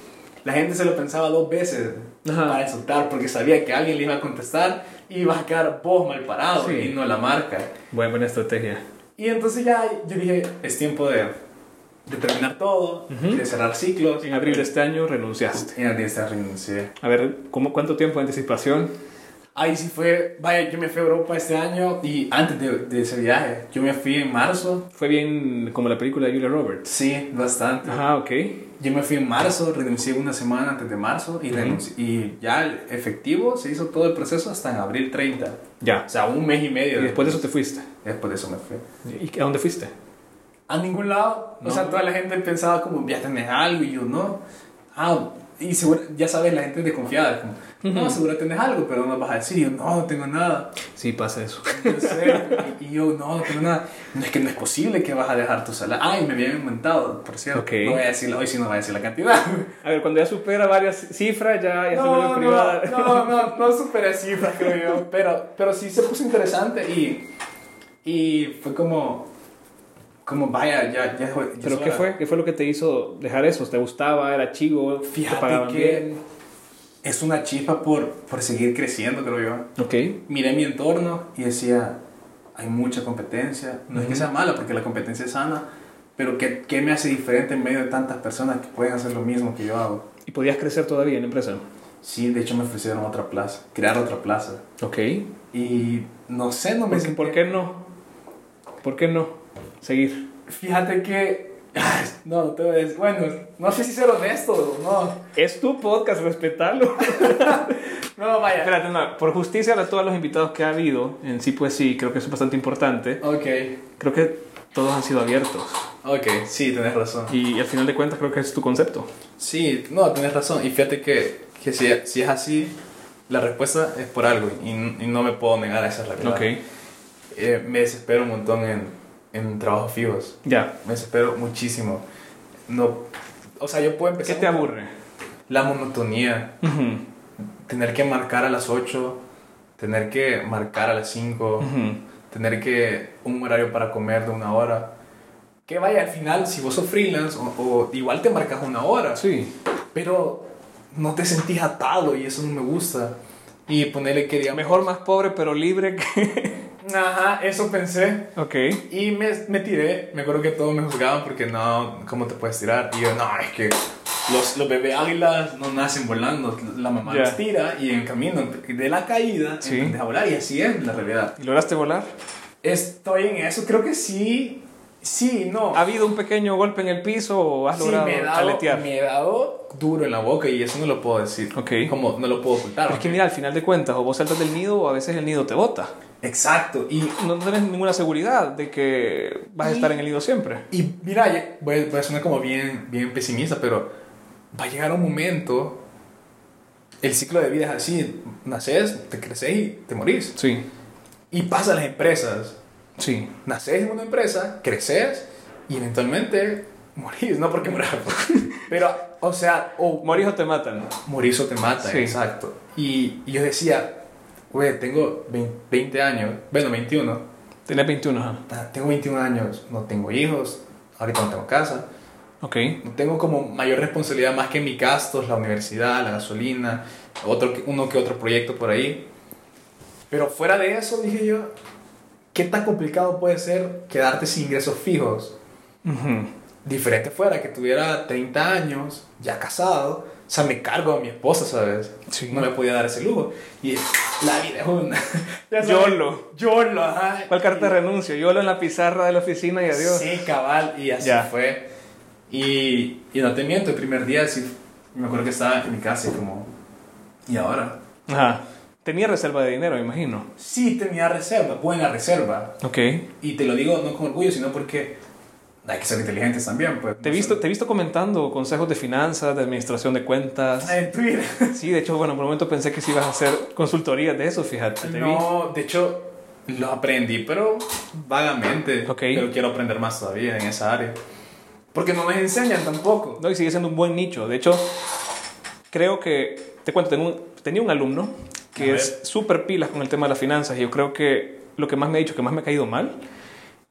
Speaker 2: la gente se lo pensaba dos veces
Speaker 1: Ajá.
Speaker 2: para insultar porque sabía que alguien le iba a contestar y iba a quedar vos mal parado
Speaker 1: Sí.
Speaker 2: y no la marca.
Speaker 1: Buena, buena estrategia.
Speaker 2: Y entonces ya yo dije, es tiempo de, de terminar todo, de cerrar ciclos.
Speaker 1: En abril de este año renunciaste.
Speaker 2: Y al día siguiente renuncié.
Speaker 1: A ver, ¿cómo, ¿cuánto tiempo de anticipación?
Speaker 2: Ahí sí fue, vaya, yo me fui a Europa este año y antes de, de ese viaje, yo me fui en marzo.
Speaker 1: Fue bien como la película de Julia Roberts.
Speaker 2: Sí, bastante.
Speaker 1: Ajá, ok.
Speaker 2: Yo me fui en marzo, renuncié una semana antes de marzo y, renuncié- y ya el efectivo se hizo todo el proceso hasta en abril 30.
Speaker 1: Ya.
Speaker 2: O sea, un mes y medio.
Speaker 1: Y después de eso te fuiste.
Speaker 2: después de eso me fui.
Speaker 1: ¿Y a dónde fuiste?
Speaker 2: A ningún lado. O sea, toda la gente pensaba como, ya tenés algo y yo no. Ah, y seguro, ya sabes, la gente es desconfiada. es Como, no, seguro tenés algo, pero no vas a decir. Y yo, no, no tengo nada.
Speaker 1: Sí, pasa eso.
Speaker 2: No sé. y y yo, no, no tengo nada. No es que no es posible que vas a dejar tu salario. Ay, me habían inventado, por cierto.
Speaker 1: Ok.
Speaker 2: No voy a decir, hoy sí no voy a decir la cantidad.
Speaker 1: A ver, cuando ya supera varias cifras, ya, ya se vuelve
Speaker 2: No, no,
Speaker 1: privada.
Speaker 2: no, no, no superé cifras, creo yo. Pero, pero sí se puso interesante y, y fue como, como vaya, ya, ya, ya es
Speaker 1: ¿Pero qué
Speaker 2: hora.
Speaker 1: fue? ¿Qué fue lo que te hizo dejar eso? ¿Te gustaba? ¿Era chivo? ¿Te
Speaker 2: Fíjate
Speaker 1: pagaban
Speaker 2: que es una chispa por, por seguir creciendo, creo yo.
Speaker 1: bien?
Speaker 2: Miré mi entorno y decía, hay mucha competencia. No es que sea mala, porque la competencia es sana, pero ¿qué, qué me hace diferente en medio de tantas personas que pueden hacer lo mismo que yo hago?
Speaker 1: Ok. ¿Y podías crecer todavía en la empresa?
Speaker 2: Sí, de hecho me ofrecieron otra plaza, crear otra plaza.
Speaker 1: Ok.
Speaker 2: Y no sé, no me
Speaker 1: Porque, ¿Por
Speaker 2: sentía-
Speaker 1: qué no? ¿Por qué no? Seguir.
Speaker 2: Fíjate que... Ay, No, no te voy a decir- Bueno, no sé si ser honesto o no.
Speaker 1: Es tu podcast, respetarlo.
Speaker 2: No, vaya.
Speaker 1: Espérate, no, por justicia a todos los invitados que ha habido, en sí pues sí, creo que eso es bastante importante.
Speaker 2: Ok,
Speaker 1: Creo que todos han sido abiertos.
Speaker 2: ok, sí, tenés razón.
Speaker 1: Y al final de cuentas creo que ese es tu concepto.
Speaker 2: Sí, no, tenés razón. Y fíjate que, que si, si es así, la respuesta es por algo. Y, y no me puedo negar a esa realidad. Eh, me desespero un montón en, en trabajos fijos.
Speaker 1: Ya.
Speaker 2: Me desespero muchísimo. No, o sea, yo puedo
Speaker 1: ¿Qué
Speaker 2: empezar.
Speaker 1: te aburre?
Speaker 2: La monotonía.
Speaker 1: Ujú,
Speaker 2: Tener que marcar a las 8. Tener que marcar a las 5.
Speaker 1: ujú.
Speaker 2: Tener que un horario para comer de una hora. Que vaya, al final, si vos sos freelance, o, o igual te marcas una hora.
Speaker 1: Sí.
Speaker 2: pero no te sentís atado y eso no me gusta. Y ponerle que digamos...
Speaker 1: Mejor más pobre pero libre que...
Speaker 2: Ajá, eso pensé.
Speaker 1: ok.
Speaker 2: Y me, me tiré. Me acuerdo que todos me juzgaban porque no, ¿cómo te puedes tirar? Y yo, no, es que los, los bebé águilas no nacen volando. La mamá
Speaker 1: Ya.
Speaker 2: los tira y en camino de la caída
Speaker 1: Sí.
Speaker 2: sí. a volar. Y así es la realidad.
Speaker 1: ¿Y lograste volar?
Speaker 2: Estoy en eso. Creo que sí. Sí, no.
Speaker 1: ¿Ha habido un pequeño golpe en el piso o has
Speaker 2: Sí,
Speaker 1: logrado
Speaker 2: me he, dado,
Speaker 1: aletear?
Speaker 2: me he dado duro en la boca y eso no lo puedo decir.
Speaker 1: Ok.
Speaker 2: Como no lo puedo ocultar.
Speaker 1: Pero es que mira, al final de cuentas, o vos saltas del nido o a veces el nido te bota.
Speaker 2: Exacto. Y,
Speaker 1: No tenés ninguna seguridad de que vas a
Speaker 2: Y-
Speaker 1: estar en el nido siempre.
Speaker 2: y mira, ya- voy, voy a sonar como bien, bien pesimista, pero va a llegar un momento. El ciclo de vida es así: naces, te creces y te morís.
Speaker 1: Sí,
Speaker 2: Y pasa a las empresas.
Speaker 1: sí.
Speaker 2: Naces en una empresa, creces y eventualmente morís. No porque moras, pero, o sea, o
Speaker 1: Morís o te matan.
Speaker 2: morís o te mata.
Speaker 1: Sí.
Speaker 2: Exacto. Y, y yo decía, güey, tengo 20, 20 años, bueno, 21.
Speaker 1: Tenés 21, ajá.
Speaker 2: Ah, Tengo 21 años, no tengo hijos, Ahorita no tengo casa.
Speaker 1: Ok.
Speaker 2: Tengo como mayor responsabilidad más que mis gastos, la universidad, la gasolina, otro, que- uno que otro proyecto por ahí. Pero fuera de eso, dije yo, ¿qué tan complicado puede ser quedarte sin ingresos fijos?
Speaker 1: Ujú.
Speaker 2: Diferente fuera que tuviera 30 años, ya casado, o sea, me cargo a mi esposa, ¿sabes?
Speaker 1: Sí.
Speaker 2: No me podía dar ese lujo. Y la vida es una... Ya sabes,
Speaker 1: YOLO.
Speaker 2: YOLO, ajá.
Speaker 1: ¿Cuál carta
Speaker 2: Y-
Speaker 1: de renuncio? Yo lo en la pizarra de la oficina y adiós.
Speaker 2: Sí, cabal, y así
Speaker 1: Ya.
Speaker 2: fue. Y, y no te miento, el primer día sí, me acuerdo que estaba en mi casa y como, ¿y ahora?
Speaker 1: Ajá. Tenía reserva de dinero, me imagino.
Speaker 2: Sí, tenía reserva, buena reserva.
Speaker 1: Ok.
Speaker 2: Y te lo digo no con orgullo, sino porque hay que ser inteligentes también. Pues,
Speaker 1: Te he
Speaker 2: No
Speaker 1: visto,
Speaker 2: solo-
Speaker 1: te he visto comentando consejos de finanzas, de administración de cuentas.
Speaker 2: Ah, en Twitter.
Speaker 1: Sí, de hecho, bueno, por un momento pensé que sí ibas a hacer consultorías de eso, fíjate. Te
Speaker 2: No, de hecho, lo aprendí, pero vagamente.
Speaker 1: Ok.
Speaker 2: Pero quiero aprender más todavía en esa área. Porque no nos enseñan tampoco.
Speaker 1: vi. No, y sigue siendo un buen nicho. De hecho, creo que, te cuento, tengo un- tenía un alumno
Speaker 2: A
Speaker 1: que
Speaker 2: ver.
Speaker 1: es súper pilas con el tema de las finanzas y yo creo que lo que más me ha dicho, que más me ha caído mal,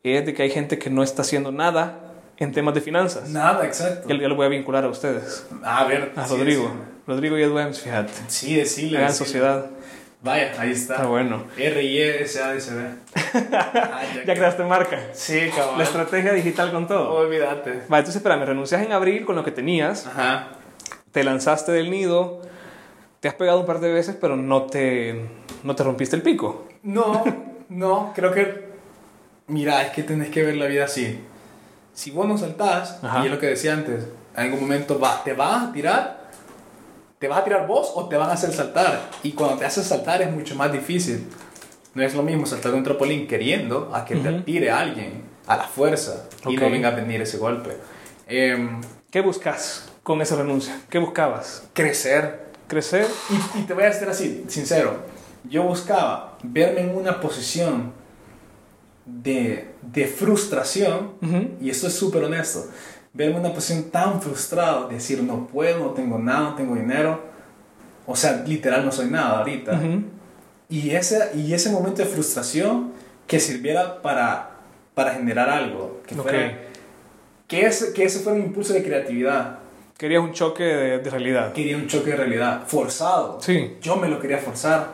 Speaker 1: es de que hay gente que no está haciendo nada en temas de finanzas.
Speaker 2: Nada, exacto.
Speaker 1: Ya, ya lo voy a vincular a ustedes.
Speaker 2: A ver,
Speaker 1: A
Speaker 2: sí,
Speaker 1: Rodrigo. Rodrigo y Edwems, fíjate.
Speaker 2: decirle. Sí, decirle.
Speaker 1: Hagan
Speaker 2: decirle.
Speaker 1: sociedad.
Speaker 2: Vaya, ahí está.
Speaker 1: Está bueno.
Speaker 2: R I E S A S B. Ah,
Speaker 1: Ya creaste marca.
Speaker 2: Sí,
Speaker 1: La
Speaker 2: cabrón.
Speaker 1: estrategia digital con todo.
Speaker 2: Olvídate.
Speaker 1: Va, entonces espérame, renuncias en abril con lo que tenías,
Speaker 2: Ajá.
Speaker 1: te lanzaste del nido, te has pegado un par de veces, pero no te, no te rompiste el pico.
Speaker 2: No, no, creo que mira, es que tenés que ver la vida así. Si vos no saltás,
Speaker 1: Ajá.
Speaker 2: y es lo que decía antes, en algún momento va, te vas a tirar, te vas a tirar vos o te van a hacer saltar. Y cuando te hacen saltar es mucho más difícil. No es lo mismo saltar de un trampolín queriendo a que te
Speaker 1: Ujú.
Speaker 2: tire alguien a la fuerza y
Speaker 1: Ok.
Speaker 2: no venga a venir ese golpe. Em,
Speaker 1: ¿Qué buscas con esa renuncia? ¿Qué buscabas?
Speaker 2: crecer,
Speaker 1: ¿Crecer?
Speaker 2: Y, y te voy a ser así, sincero. Yo buscaba verme en una posición de, de frustración,
Speaker 1: Ujú.
Speaker 2: y esto es súper honesto, verme en una posición tan frustrada, decir no puedo, no tengo nada, no tengo dinero, o sea, literal no soy nada ahorita.
Speaker 1: Ujú.
Speaker 2: y, ese, y ese momento de frustración que sirviera para, para generar algo, que,
Speaker 1: Ok.
Speaker 2: fuera, que, ese, que ese fuera un impulso de creatividad.
Speaker 1: Querías un choque de, de realidad.
Speaker 2: Quería un choque de realidad forzado.
Speaker 1: Sí.
Speaker 2: Yo me lo quería forzar.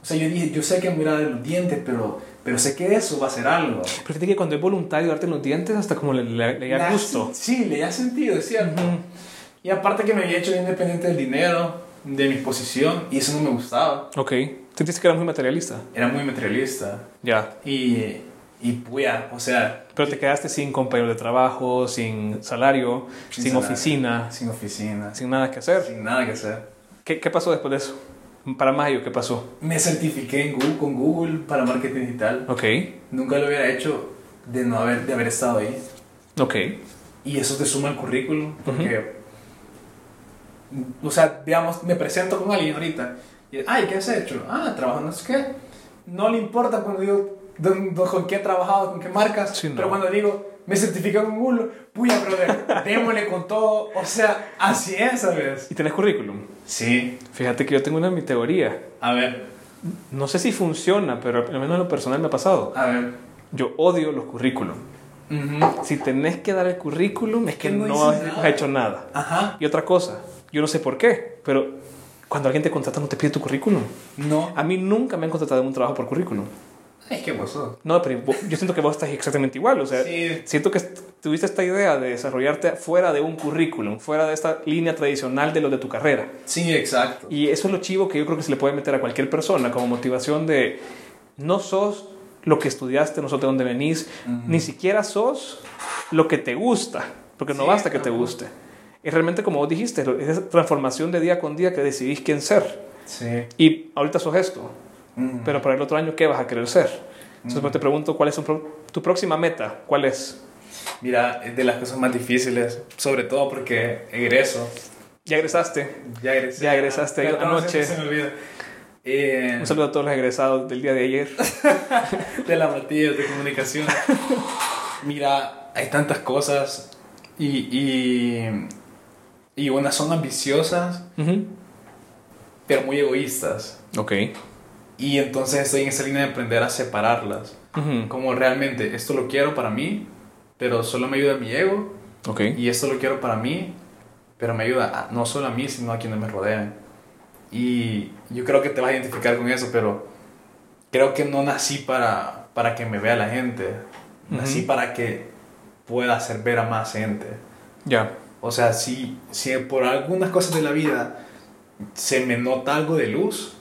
Speaker 2: O sea, yo dije, yo sé que me voy a dar en los dientes, pero, pero sé que eso va a ser algo.
Speaker 1: Pero fíjate que cuando es voluntario darte en los dientes, hasta como le, le, le da
Speaker 2: Le
Speaker 1: gusto.
Speaker 2: sen- Sí, le da sentido, es cierto. Y aparte que me había hecho bien dependiente del dinero, de mi posición, y eso no me gustaba.
Speaker 1: Ok. Sentiste que eras muy materialista.
Speaker 2: Era muy materialista.
Speaker 1: Ya.
Speaker 2: Y, y puya, o sea,
Speaker 1: Pero te quedaste sin compañero de trabajo, sin salario, sin,
Speaker 2: Sin salario.
Speaker 1: oficina,
Speaker 2: sin oficina, sin,
Speaker 1: sin nada que hacer.
Speaker 2: sin nada que hacer.
Speaker 1: ¿Qué, qué pasó después de eso? Para Mayo, ¿qué pasó?
Speaker 2: Me certifiqué en Google, con Google para marketing digital.
Speaker 1: Ok,
Speaker 2: Nunca lo hubiera hecho de no haber, de haber estado ahí.
Speaker 1: ok.
Speaker 2: Y eso te suma el currículum, porque, o sea, digamos, me presento con alguien ahorita, y, ay, ¿qué has hecho? Ah, trabajo no sé qué. No le importa cuando digo dó- dó- con qué he trabajado, con qué marcas,
Speaker 1: Sí, no.
Speaker 2: pero cuando digo, me certifican un culo, puya, brother, démosle con todo, o sea, así es, ¿sabes?
Speaker 1: ¿Y tenés currículum?
Speaker 2: Sí,
Speaker 1: Fíjate que yo tengo una mi teoría.
Speaker 2: a ver,
Speaker 1: No sé si funciona, pero al menos en lo personal me ha pasado.
Speaker 2: a ver.
Speaker 1: Yo odio los currículum.
Speaker 2: Ujú.
Speaker 1: Si tenés que dar el currículum es que
Speaker 2: Que no
Speaker 1: no, has,
Speaker 2: dices nada.
Speaker 1: has hecho nada.
Speaker 2: Ajá,
Speaker 1: Y otra cosa, yo no sé por qué, pero cuando alguien te contrata no te pide tu currículum.
Speaker 2: no.
Speaker 1: A mí nunca me han contratado en un trabajo por currículum.
Speaker 2: Es que vos sos.
Speaker 1: No, pero vo- yo siento que vos estás exactamente igual. O sea,
Speaker 2: Sí.
Speaker 1: siento que est- tuviste esta idea de desarrollarte fuera de un currículum, fuera de esta línea tradicional de lo de tu carrera.
Speaker 2: Sí, exacto.
Speaker 1: Y eso es lo chivo que yo creo que se le puede meter a cualquier persona como motivación de no sos lo que estudiaste, no sos de dónde venís, ni siquiera sos lo que te gusta, porque no
Speaker 2: Sí,
Speaker 1: basta que te
Speaker 2: ajá.
Speaker 1: guste. Es realmente como vos dijiste, lo- es esa transformación de día con día que decidís quién ser.
Speaker 2: Sí.
Speaker 1: Y ahorita sos esto,
Speaker 2: Ujú.
Speaker 1: pero para el otro año, ¿qué vas a querer ser? Entonces pues, te pregunto, ¿cuál es tu pro- tu próxima meta? ¿Cuál es?
Speaker 2: Mira, es de las cosas más difíciles, sobre todo porque egreso.
Speaker 1: Ya egresaste.
Speaker 2: Ya egresé.
Speaker 1: Ya egresaste
Speaker 2: Ya, no,
Speaker 1: anoche.
Speaker 2: Se, se me olvida. Eh,
Speaker 1: Un saludo a todos los egresados del día de ayer.
Speaker 2: de la matilla de comunicación. Mira, hay tantas cosas y, y, y unas son ambiciosas,
Speaker 1: Ujú.
Speaker 2: pero muy egoístas.
Speaker 1: Ok.
Speaker 2: Y entonces estoy en esa línea de aprender a separarlas.
Speaker 1: Ujú.
Speaker 2: Como realmente esto lo quiero para mí pero solo me ayuda mi ego
Speaker 1: Ok.
Speaker 2: y esto lo quiero para mí, pero me ayuda a- no solo a mí, sino a quienes me rodean. Y yo creo que te vas a identificar con eso, pero creo que no nací para, para que me vea la gente, nací
Speaker 1: Ujú.
Speaker 2: para que pueda hacer ver a más gente.
Speaker 1: Ya.
Speaker 2: O sea, si, si por algunas cosas de la vida se me nota algo de luz,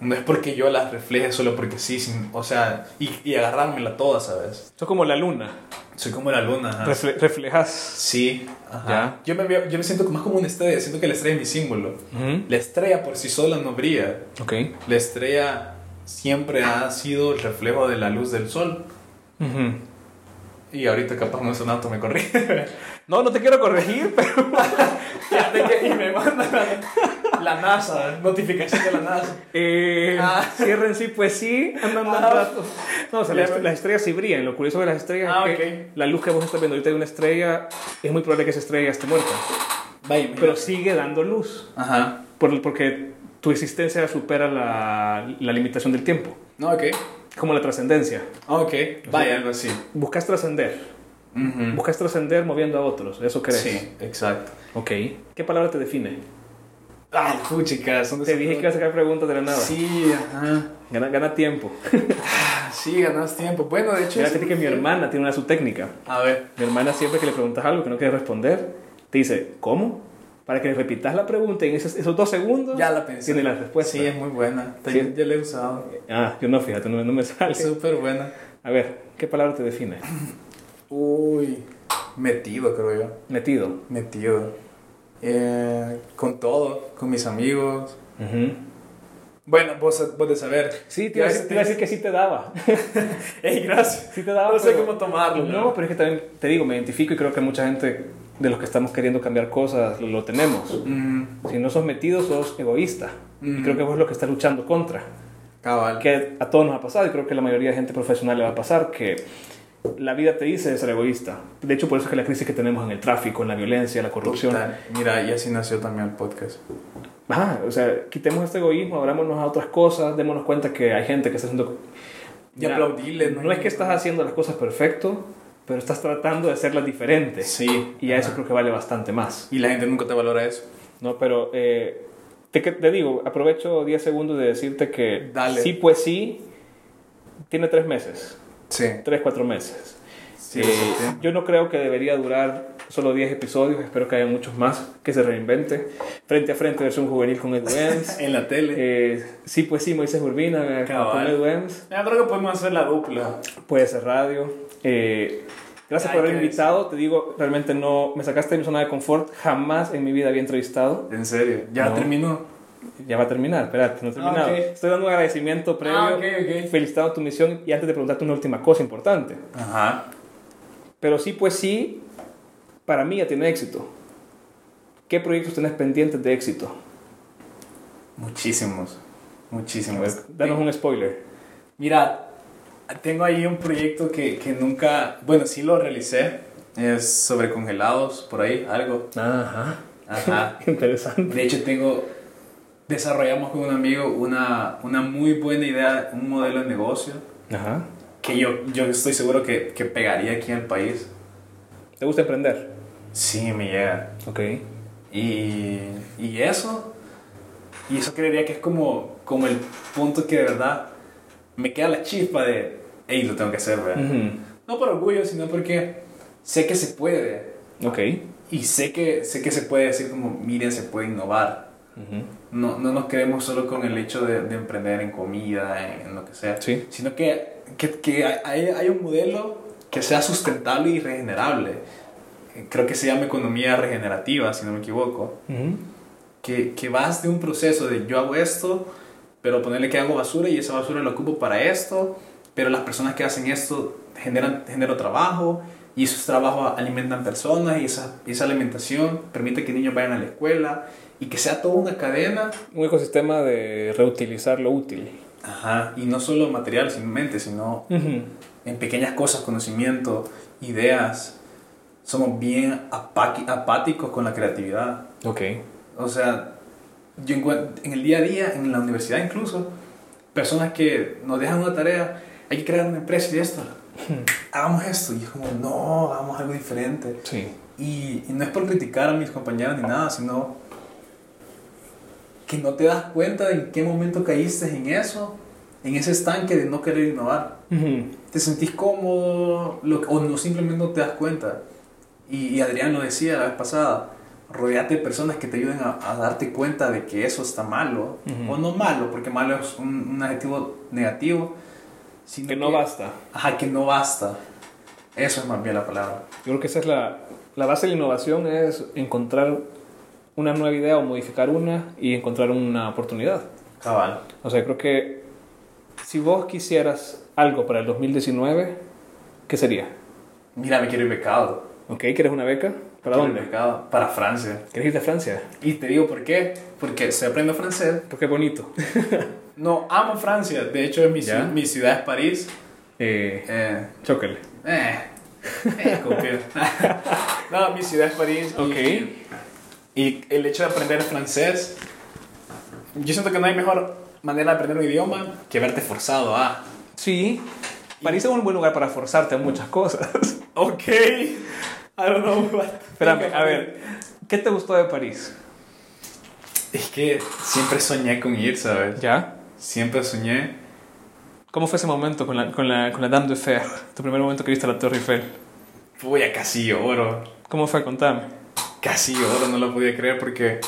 Speaker 2: no es porque yo las refleje solo porque sí, sin- o sea, y, y agarrármela toda, ¿sabes?
Speaker 1: Sos como la luna.
Speaker 2: Soy como la luna. ajá.
Speaker 1: Refle- reflejas.
Speaker 2: Sí, ajá. Yo me, veo- yo me siento más como una estrella, siento que la estrella es mi símbolo.
Speaker 1: Ujú.
Speaker 2: La estrella por sí sola no brilla.
Speaker 1: Ok.
Speaker 2: La estrella siempre ha sido el reflejo de la luz del sol.
Speaker 1: Ujú.
Speaker 2: Y ahorita capaz no sonato me corrí.
Speaker 1: No, no te quiero corregir, pero.
Speaker 2: Fíjate que- y me mandan la, la NASA, notificación de la NASA.
Speaker 1: Eh,
Speaker 2: Ah.
Speaker 1: Cierren sí, pues sí. Andan dando
Speaker 2: Ah.
Speaker 1: datos. No, o sea,
Speaker 2: Ya,
Speaker 1: las,
Speaker 2: bueno.
Speaker 1: las estrellas sí brillan. Lo curioso de las estrellas
Speaker 2: Ah,
Speaker 1: es que
Speaker 2: ok.
Speaker 1: la luz que vos estás viendo ahorita de una estrella es muy probable que esa estrella esté muerta.
Speaker 2: Vaya, mira.
Speaker 1: Pero sigue dando luz.
Speaker 2: Ajá.
Speaker 1: por- porque tu existencia supera la, la limitación del tiempo.
Speaker 2: No, ok. Ah,
Speaker 1: Como la trascendencia.
Speaker 2: Ok. Vaya, algo así.
Speaker 1: Buscas trascender.
Speaker 2: Ujú.
Speaker 1: Buscas trascender moviendo a otros. Eso crees.
Speaker 2: Sí, exacto.
Speaker 1: Ok. ¿Qué palabra te define?
Speaker 2: Ah, puchicas, ¿dónde
Speaker 1: Te
Speaker 2: se-
Speaker 1: dije que ibas a sacar preguntas de la nada.
Speaker 2: Sí, ajá.
Speaker 1: Gana, gana tiempo.
Speaker 2: Ah, Sí, ganas tiempo. Bueno, de hecho.
Speaker 1: Mira,
Speaker 2: es-
Speaker 1: fíjate que mi hermana tiene una su técnica.
Speaker 2: A ver.
Speaker 1: Mi hermana siempre que le preguntas algo que no quieres responder, te dice, ¿cómo? Para que le repitas la pregunta y en esos, esos dos segundos
Speaker 2: Ya la pensé.
Speaker 1: tiene la respuesta.
Speaker 2: Pues Sí, es muy buena. Te-
Speaker 1: Sí.
Speaker 2: Ya la he usado.
Speaker 1: Ah, yo no, fíjate, no, no me sale.
Speaker 2: Es súper buena.
Speaker 1: A ver, ¿qué palabra te define?
Speaker 2: Uy. Metido, creo yo.
Speaker 1: Metido.
Speaker 2: Metido. Eh, con todo, con mis amigos.
Speaker 1: Ujú.
Speaker 2: Bueno, vos, vos de saber.
Speaker 1: Sí, te iba, a
Speaker 2: Ya este,
Speaker 1: decir- te iba a decir que sí te daba.
Speaker 2: Ey, gracias.
Speaker 1: Sí te daba,
Speaker 2: No sé
Speaker 1: pero-
Speaker 2: cómo tomarlo.
Speaker 1: No, pero es que también te digo, me identifico y creo que mucha gente de los que estamos queriendo cambiar cosas lo, lo tenemos.
Speaker 2: Mm,
Speaker 1: Si no sos metido, sos egoísta. Y
Speaker 2: Mm.
Speaker 1: creo que vos es lo que estás luchando contra.
Speaker 2: cabal.
Speaker 1: que a todos nos ha pasado y creo que a la mayoría de gente profesional le va a pasar que la vida te dice ser egoísta. De hecho, por eso es que la crisis que tenemos en el tráfico, en la violencia, en la corrupción.
Speaker 2: Total. Mira, y así nació también el podcast.
Speaker 1: Ajá, o sea, quitemos este egoísmo, abrámonos a otras cosas, démonos cuenta que hay gente que está haciendo...
Speaker 2: Y aplaudirle,
Speaker 1: No,
Speaker 2: ¿no?
Speaker 1: es que estás haciendo las cosas perfecto, pero estás tratando de hacerlas diferentes.
Speaker 2: Sí.
Speaker 1: Y a eso
Speaker 2: Ajá.
Speaker 1: creo que vale bastante más.
Speaker 2: Y la gente nunca te valora eso.
Speaker 1: No, pero eh, te, que- te digo, aprovecho 10 segundos de decirte que
Speaker 2: Dale.
Speaker 1: sí, pues sí, tiene tres meses,
Speaker 2: Sí.
Speaker 1: tres, cuatro meses.
Speaker 2: Sí.
Speaker 1: Eh, yo no creo que debería durar solo 10 episodios, espero que haya muchos más, que se reinvente. Frente a frente, versión juvenil con Ed Wems.
Speaker 2: En la tele.
Speaker 1: Eh, sí, pues sí, Moisés Urbina eh, con
Speaker 2: Cabal.
Speaker 1: Ed Wems.
Speaker 2: Yo Ah, creo que podemos hacer la dupla.
Speaker 1: Puede ser radio. Eh, gracias
Speaker 2: Ay,
Speaker 1: por haber
Speaker 2: qué
Speaker 1: invitado. Te digo, realmente no me sacaste de mi zona de confort. Jamás en mi vida había entrevistado.
Speaker 2: En serio. Ya
Speaker 1: No.
Speaker 2: terminó.
Speaker 1: Ya va a terminar, espérate, no he terminado.
Speaker 2: Ah, ok.
Speaker 1: Estoy dando un agradecimiento previo.
Speaker 2: Ah, ok, ok.
Speaker 1: Felicitando tu misión y antes de preguntarte una última cosa importante.
Speaker 2: Ajá.
Speaker 1: Pero sí, pues sí, para mí ya tiene éxito. ¿Qué proyectos tenés pendientes de éxito?
Speaker 2: Muchísimos.
Speaker 1: A
Speaker 2: Muchísimos.
Speaker 1: ver, Pues, danos un spoiler.
Speaker 2: Mira, tengo ahí un proyecto que, que nunca. Bueno, sí lo realicé. Es sobre congelados, por ahí, algo.
Speaker 1: Ajá.
Speaker 2: Ajá.
Speaker 1: Interesante.
Speaker 2: De hecho, tengo. Desarrollamos con un amigo una, una muy buena idea, un modelo de negocio
Speaker 1: Ajá.
Speaker 2: que yo, yo estoy seguro que, que pegaría aquí en el país.
Speaker 1: ¿Te gusta emprender?
Speaker 2: Sí, me llega.
Speaker 1: Ok.
Speaker 2: Y, y eso. Y eso creería que es como, como el punto que de verdad me queda la chispa de. Ey, lo tengo que hacer, ¿verdad? No por orgullo, sino porque sé que se puede.
Speaker 1: Ok.
Speaker 2: Y sé que, sé que se puede decir como, miren, se puede innovar.
Speaker 1: Ujú.
Speaker 2: No, no nos quedemos solo con el hecho de, de emprender en comida, en, en lo que sea.
Speaker 1: Sí.
Speaker 2: Sino que, que, que hay, hay un modelo que sea sustentable y regenerable. Creo que se llama economía regenerativa, si no me equivoco.
Speaker 1: Ujú.
Speaker 2: Que, que vas de un proceso de yo hago esto, pero ponerle que hago basura y esa basura la ocupo para esto, pero las personas que hacen esto generan genero trabajo y esos trabajos alimentan personas y esa, esa alimentación permite que niños vayan a la escuela y que sea toda una cadena.
Speaker 1: Un ecosistema de reutilizar lo útil.
Speaker 2: Ajá. Y no solo material, sino mente, sino
Speaker 1: Ujú.
Speaker 2: en pequeñas cosas, conocimiento, ideas. Somos bien apaqui- apáticos con la creatividad.
Speaker 1: Ok.
Speaker 2: O sea, yo encuentro en el día a día, en la universidad incluso, personas que nos dejan una tarea, hay que crear una empresa y esto. hagamos esto. Y es como, no, hagamos algo diferente.
Speaker 1: Sí.
Speaker 2: Y, y no es por criticar a mis compañeros ni nada, sino que no te das cuenta de en qué momento caíste en eso, en ese estanque de no querer innovar.
Speaker 1: Ujú.
Speaker 2: Te sentís cómodo lo- o no, simplemente no te das cuenta. Y, y Adrián lo decía la vez pasada, rodeate de personas que te ayuden a, a darte cuenta de que eso está malo, o no malo, porque malo es un, un adjetivo negativo. Sino
Speaker 1: Que no basta.
Speaker 2: Ajá, que no basta. Eso es más bien la palabra.
Speaker 1: Yo creo que esa es la, la base de la innovación, es encontrar una nueva idea o modificar una y encontrar una oportunidad.
Speaker 2: Cabal.
Speaker 1: O sea, creo que si vos quisieras algo para el 2019, ¿qué sería?
Speaker 2: Mira, me quiero ir becado.
Speaker 1: ¿Ok? ¿Quieres una beca? ¿Para
Speaker 2: Quiero ir
Speaker 1: dónde?
Speaker 2: becado para Francia.
Speaker 1: ¿Querés irte a Francia?
Speaker 2: Y te digo por qué. Porque se aprende francés.
Speaker 1: Porque es bonito.
Speaker 2: No, amo Francia. De hecho, es mi,
Speaker 1: ¿Ya?
Speaker 2: ci- mi ciudad es París.
Speaker 1: Eh,
Speaker 2: Eh,
Speaker 1: chócale.
Speaker 2: eh, eh, copié. no, mi ciudad es París. y-
Speaker 1: Ok.
Speaker 2: Y el hecho de aprender francés, yo siento que no hay mejor manera de aprender un idioma que verte forzado a.
Speaker 1: Sí. París es un buen lugar para forzarte a muchas cosas.
Speaker 2: Ok. I don't know what.
Speaker 1: Espérame, a ver. ¿Qué te gustó de París?
Speaker 2: Es que siempre soñé con ir, ¿sabes?
Speaker 1: ¿Ya?
Speaker 2: Siempre soñé.
Speaker 1: ¿Cómo fue ese momento con la, con la, con la Dame de Fer? Tu primer momento que viste la Torre Eiffel.
Speaker 2: Voy a casi lloro.
Speaker 1: ¿Cómo fue? Contame.
Speaker 2: Casi lloro, no lo podía creer porque.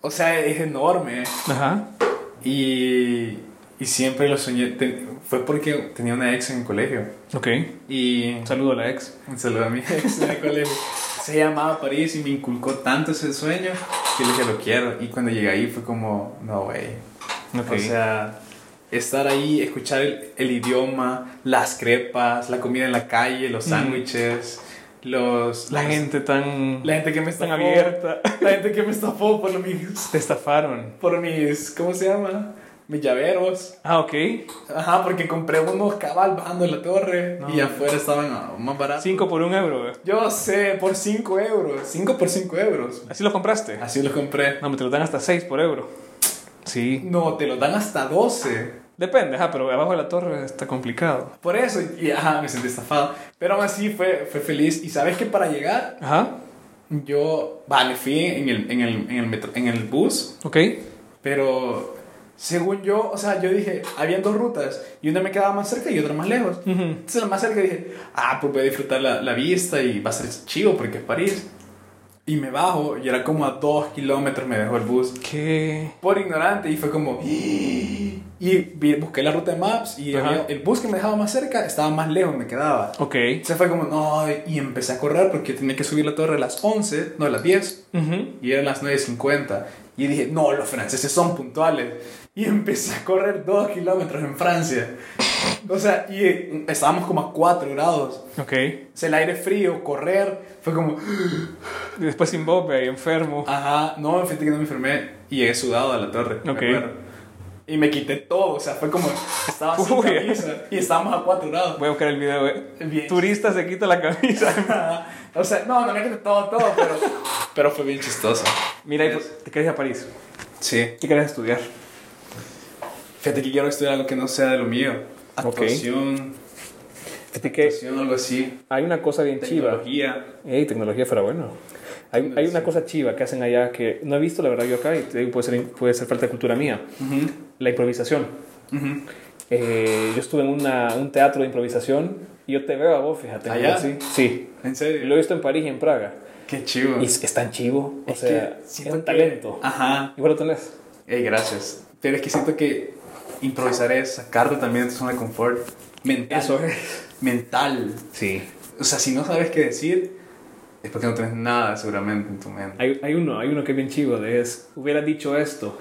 Speaker 2: O sea, es enorme.
Speaker 1: Ajá.
Speaker 2: Y. Y siempre lo soñé. Te- fue porque tenía una ex en el colegio.
Speaker 1: Ok.
Speaker 2: Y.
Speaker 1: Un saludo a la ex.
Speaker 2: Un saludo a mi ex en el colegio. Se llamaba París y me inculcó tanto ese sueño que le dije lo quiero. Y cuando llegué ahí fue como, no, güey.
Speaker 1: Ok.
Speaker 2: O sea, estar ahí, escuchar el, el idioma, las crepas, la comida en la calle, los
Speaker 1: Mm.
Speaker 2: sándwiches, los...
Speaker 1: la
Speaker 2: los-
Speaker 1: gente tan,
Speaker 2: La gente que me
Speaker 1: tan
Speaker 2: estafó.
Speaker 1: abierta.
Speaker 2: La gente que me estafó por mis...
Speaker 1: Te estafaron.
Speaker 2: Por mis... ¿Cómo se llama? Mis llaveros.
Speaker 1: Ah, ok.
Speaker 2: Ajá, porque compré unos cabal bajando en la torre.
Speaker 1: No.
Speaker 2: Y afuera estaban ah, más baratos.
Speaker 1: Cinco por un euro.
Speaker 2: Yo sé, por 5 euros. 5 por 5 euros.
Speaker 1: ¿Así los compraste?
Speaker 2: Así los compré.
Speaker 1: No, me te lo dan hasta seis por euro. Sí.
Speaker 2: No, te los dan hasta 12.
Speaker 1: Depende, ajá, pero abajo de la torre está complicado.
Speaker 2: Por eso, y ajá, me sentí estafado. Pero aún así fue, fue feliz. Y sabes que para llegar,
Speaker 1: Ajá.
Speaker 2: yo, vale, fui en el, en el, en el, metro- en el bus,
Speaker 1: Ok.
Speaker 2: pero según yo, o sea, yo dije, había dos rutas. Y una me quedaba más cerca y otra más lejos.
Speaker 1: Ujú.
Speaker 2: Entonces, la más cerca dije, ah, pues voy a disfrutar la, la vista y va a ser chido porque es París. Y me bajo y era como a dos kilómetros me dejó el bus.
Speaker 1: ¿Qué?
Speaker 2: por ignorante y fue como "Ih". y vi- busqué la ruta de maps y
Speaker 1: Ajá.
Speaker 2: había- el bus que me dejaba más cerca estaba más lejos me quedaba
Speaker 1: Ok.
Speaker 2: se fue como no y empecé a correr porque tenía que subir la torre a las 11 no a las 10
Speaker 1: Ujú.
Speaker 2: y eran las 9.50 y dije no los franceses son puntuales y empecé a correr 2 kilómetros en Francia o sea y eh, estábamos como a 4 grados
Speaker 1: Ok.
Speaker 2: O sea, el aire frío correr fue como
Speaker 1: Y después Zimbabue ahí enfermo.
Speaker 2: Ajá, no, fíjate que no me enfermé y llegué sudado a la torre. me
Speaker 1: Ok.
Speaker 2: acuerdo. Y me quité todo, o sea, fue como estaba sin
Speaker 1: Uy.
Speaker 2: camisa y estábamos a 4 grados.
Speaker 1: Voy a buscar el video, eh.
Speaker 2: Bien.
Speaker 1: Turista se quita la camisa.
Speaker 2: Ajá. o sea, no, no me quité todo, todo, pero, pero fue bien chistoso.
Speaker 1: Mira, y pues,
Speaker 2: Yes.
Speaker 1: te querés ir a París.
Speaker 2: Sí.
Speaker 1: ¿Qué querés estudiar?
Speaker 2: Fíjate que quiero estudiar algo que no sea de lo mío.
Speaker 1: Ok.
Speaker 2: Actuación,
Speaker 1: Fíjate que
Speaker 2: actuación, algo así.
Speaker 1: hay una cosa bien chiva.
Speaker 2: Tecnología.
Speaker 1: Ey, tecnología fuera bueno. Hay, hay una cosa chiva que hacen allá que no he visto, la verdad, yo acá, y te digo, puede ser, puede ser falta de cultura mía. La improvisación.
Speaker 2: Ujú.
Speaker 1: Eh, yo estuve en una- un teatro de improvisación y yo te veo a vos, fíjate.
Speaker 2: ¿Allá?
Speaker 1: Sí. sí.
Speaker 2: En
Speaker 1: Lo
Speaker 2: serio.
Speaker 1: he visto en París y en Praga.
Speaker 2: Qué chivo.
Speaker 1: Y es, es tan chivo, o
Speaker 2: Es
Speaker 1: sea,
Speaker 2: que
Speaker 1: es
Speaker 2: siento
Speaker 1: un
Speaker 2: que- Ah.
Speaker 1: talento.
Speaker 2: Ajá.
Speaker 1: Igual lo tenés.
Speaker 2: Ey, gracias. Pero es que siento que improvisar es sacarte también de tu zona de confort. Mental.
Speaker 1: Eso es.
Speaker 2: Mental.
Speaker 1: Sí.
Speaker 2: O sea, si no sabes qué decir, es porque no tienes nada seguramente en tu mente.
Speaker 1: Hay, hay uno, hay uno que es bien chivo, de es, hubiera dicho esto,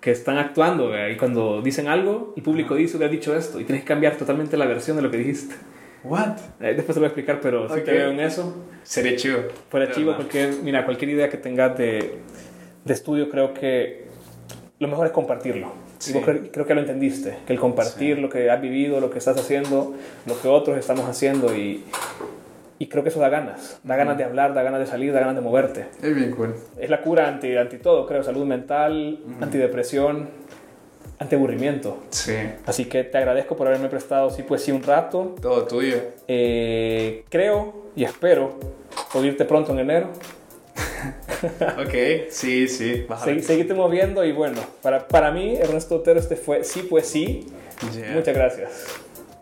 Speaker 1: que están actuando, vea, y cuando dicen algo, el público dice, hubiera dicho esto, y tienes que cambiar totalmente la versión de lo que dijiste.
Speaker 2: ¿What?
Speaker 1: Eh, Después te lo voy a explicar, pero si te
Speaker 2: Ok.
Speaker 1: veo en eso,
Speaker 2: Sería chido.
Speaker 1: Fuera
Speaker 2: De
Speaker 1: chivo,
Speaker 2: verdad.
Speaker 1: cualquier, mira, cualquier idea que tengas de, de estudio, creo que lo mejor es compartirlo.
Speaker 2: Sí.
Speaker 1: Y vos cre- creo que lo entendiste, que el compartir lo que has vivido, lo que estás haciendo, lo que otros estamos haciendo y, y creo que eso da ganas. Da ganas de hablar, da ganas de salir, da ganas de moverte.
Speaker 2: Es bien cool.
Speaker 1: Es la cura anti, anti todo, creo, salud mental, antidepresión. ante aburrimiento.
Speaker 2: Sí.
Speaker 1: Así que te agradezco por haberme prestado, sí, pues sí, un rato.
Speaker 2: Todo tuyo.
Speaker 1: Eh, creo y espero oírte pronto en enero.
Speaker 2: Ok, sí, sí. vas a
Speaker 1: Segui-
Speaker 2: ver.
Speaker 1: seguite moviendo y bueno, para, para mí, Ernesto Otero, este fue sí, pues sí.
Speaker 2: Yeah.
Speaker 1: Muchas gracias.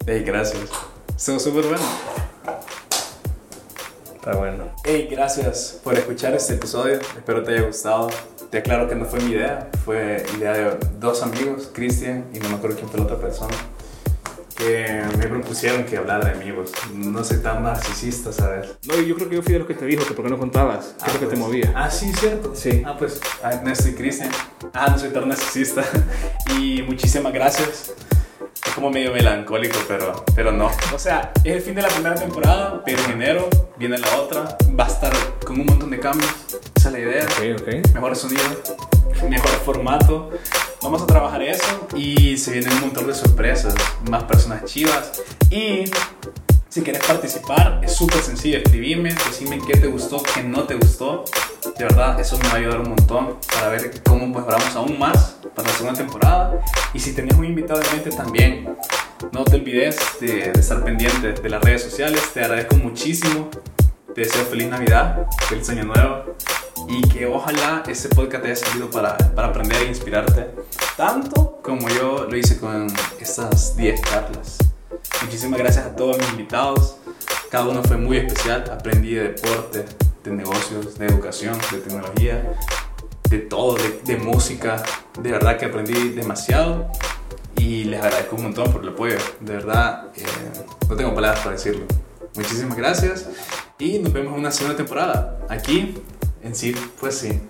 Speaker 2: Ey, gracias. Estuvo súper bueno.
Speaker 1: Está bueno.
Speaker 2: Hey, gracias por escuchar este episodio. Espero te haya gustado. Te aclaro que no fue mi idea, fue idea de dos amigos, Cristian y no me acuerdo quién fue la otra persona, que me propusieron que hablara de amigos. No soy tan narcisista, ¿sabes?
Speaker 1: No, yo creo que yo fui de los que te dijo que por qué no contabas, que es lo que te
Speaker 2: pues.
Speaker 1: movía.
Speaker 2: Ah, sí, cierto.
Speaker 1: Sí.
Speaker 2: Ah, pues ah, Ernesto y Cristian. Ah, no soy tan narcisista. Y muchísimas gracias. Es como medio melancólico, pero, pero no. O sea, es el fin de la primera temporada, pero en enero viene la otra. Va a estar con un montón de cambios. Esa es la idea.
Speaker 1: Ok, ok.
Speaker 2: Mejor sonido, mejor formato. Vamos a trabajar eso y se vienen un montón de sorpresas, más personas chivas. Y si quieres participar, es súper sencillo. Escribime, decime qué te gustó, qué no te gustó. De verdad, eso me va a ayudar un montón para ver cómo mejoramos aún más para la segunda temporada. Y si tenés un invitado en mente también, no te olvides de, de estar pendiente de las redes sociales. Te agradezco muchísimo. Te deseo feliz Navidad, feliz Año Nuevo y que ojalá este podcast te haya servido para, para aprender e inspirarte tanto como yo lo hice con estas 10 charlas. Muchísimas gracias a todos mis invitados. Cada uno fue muy especial. Aprendí de deporte, de negocios, de educación, de tecnología, de todo, de, de música. De verdad que aprendí demasiado y les agradezco un montón por el apoyo. De verdad, eh, no tengo palabras para decirlo. Muchísimas gracias y nos vemos en una segunda temporada aquí en Sí, pues sí.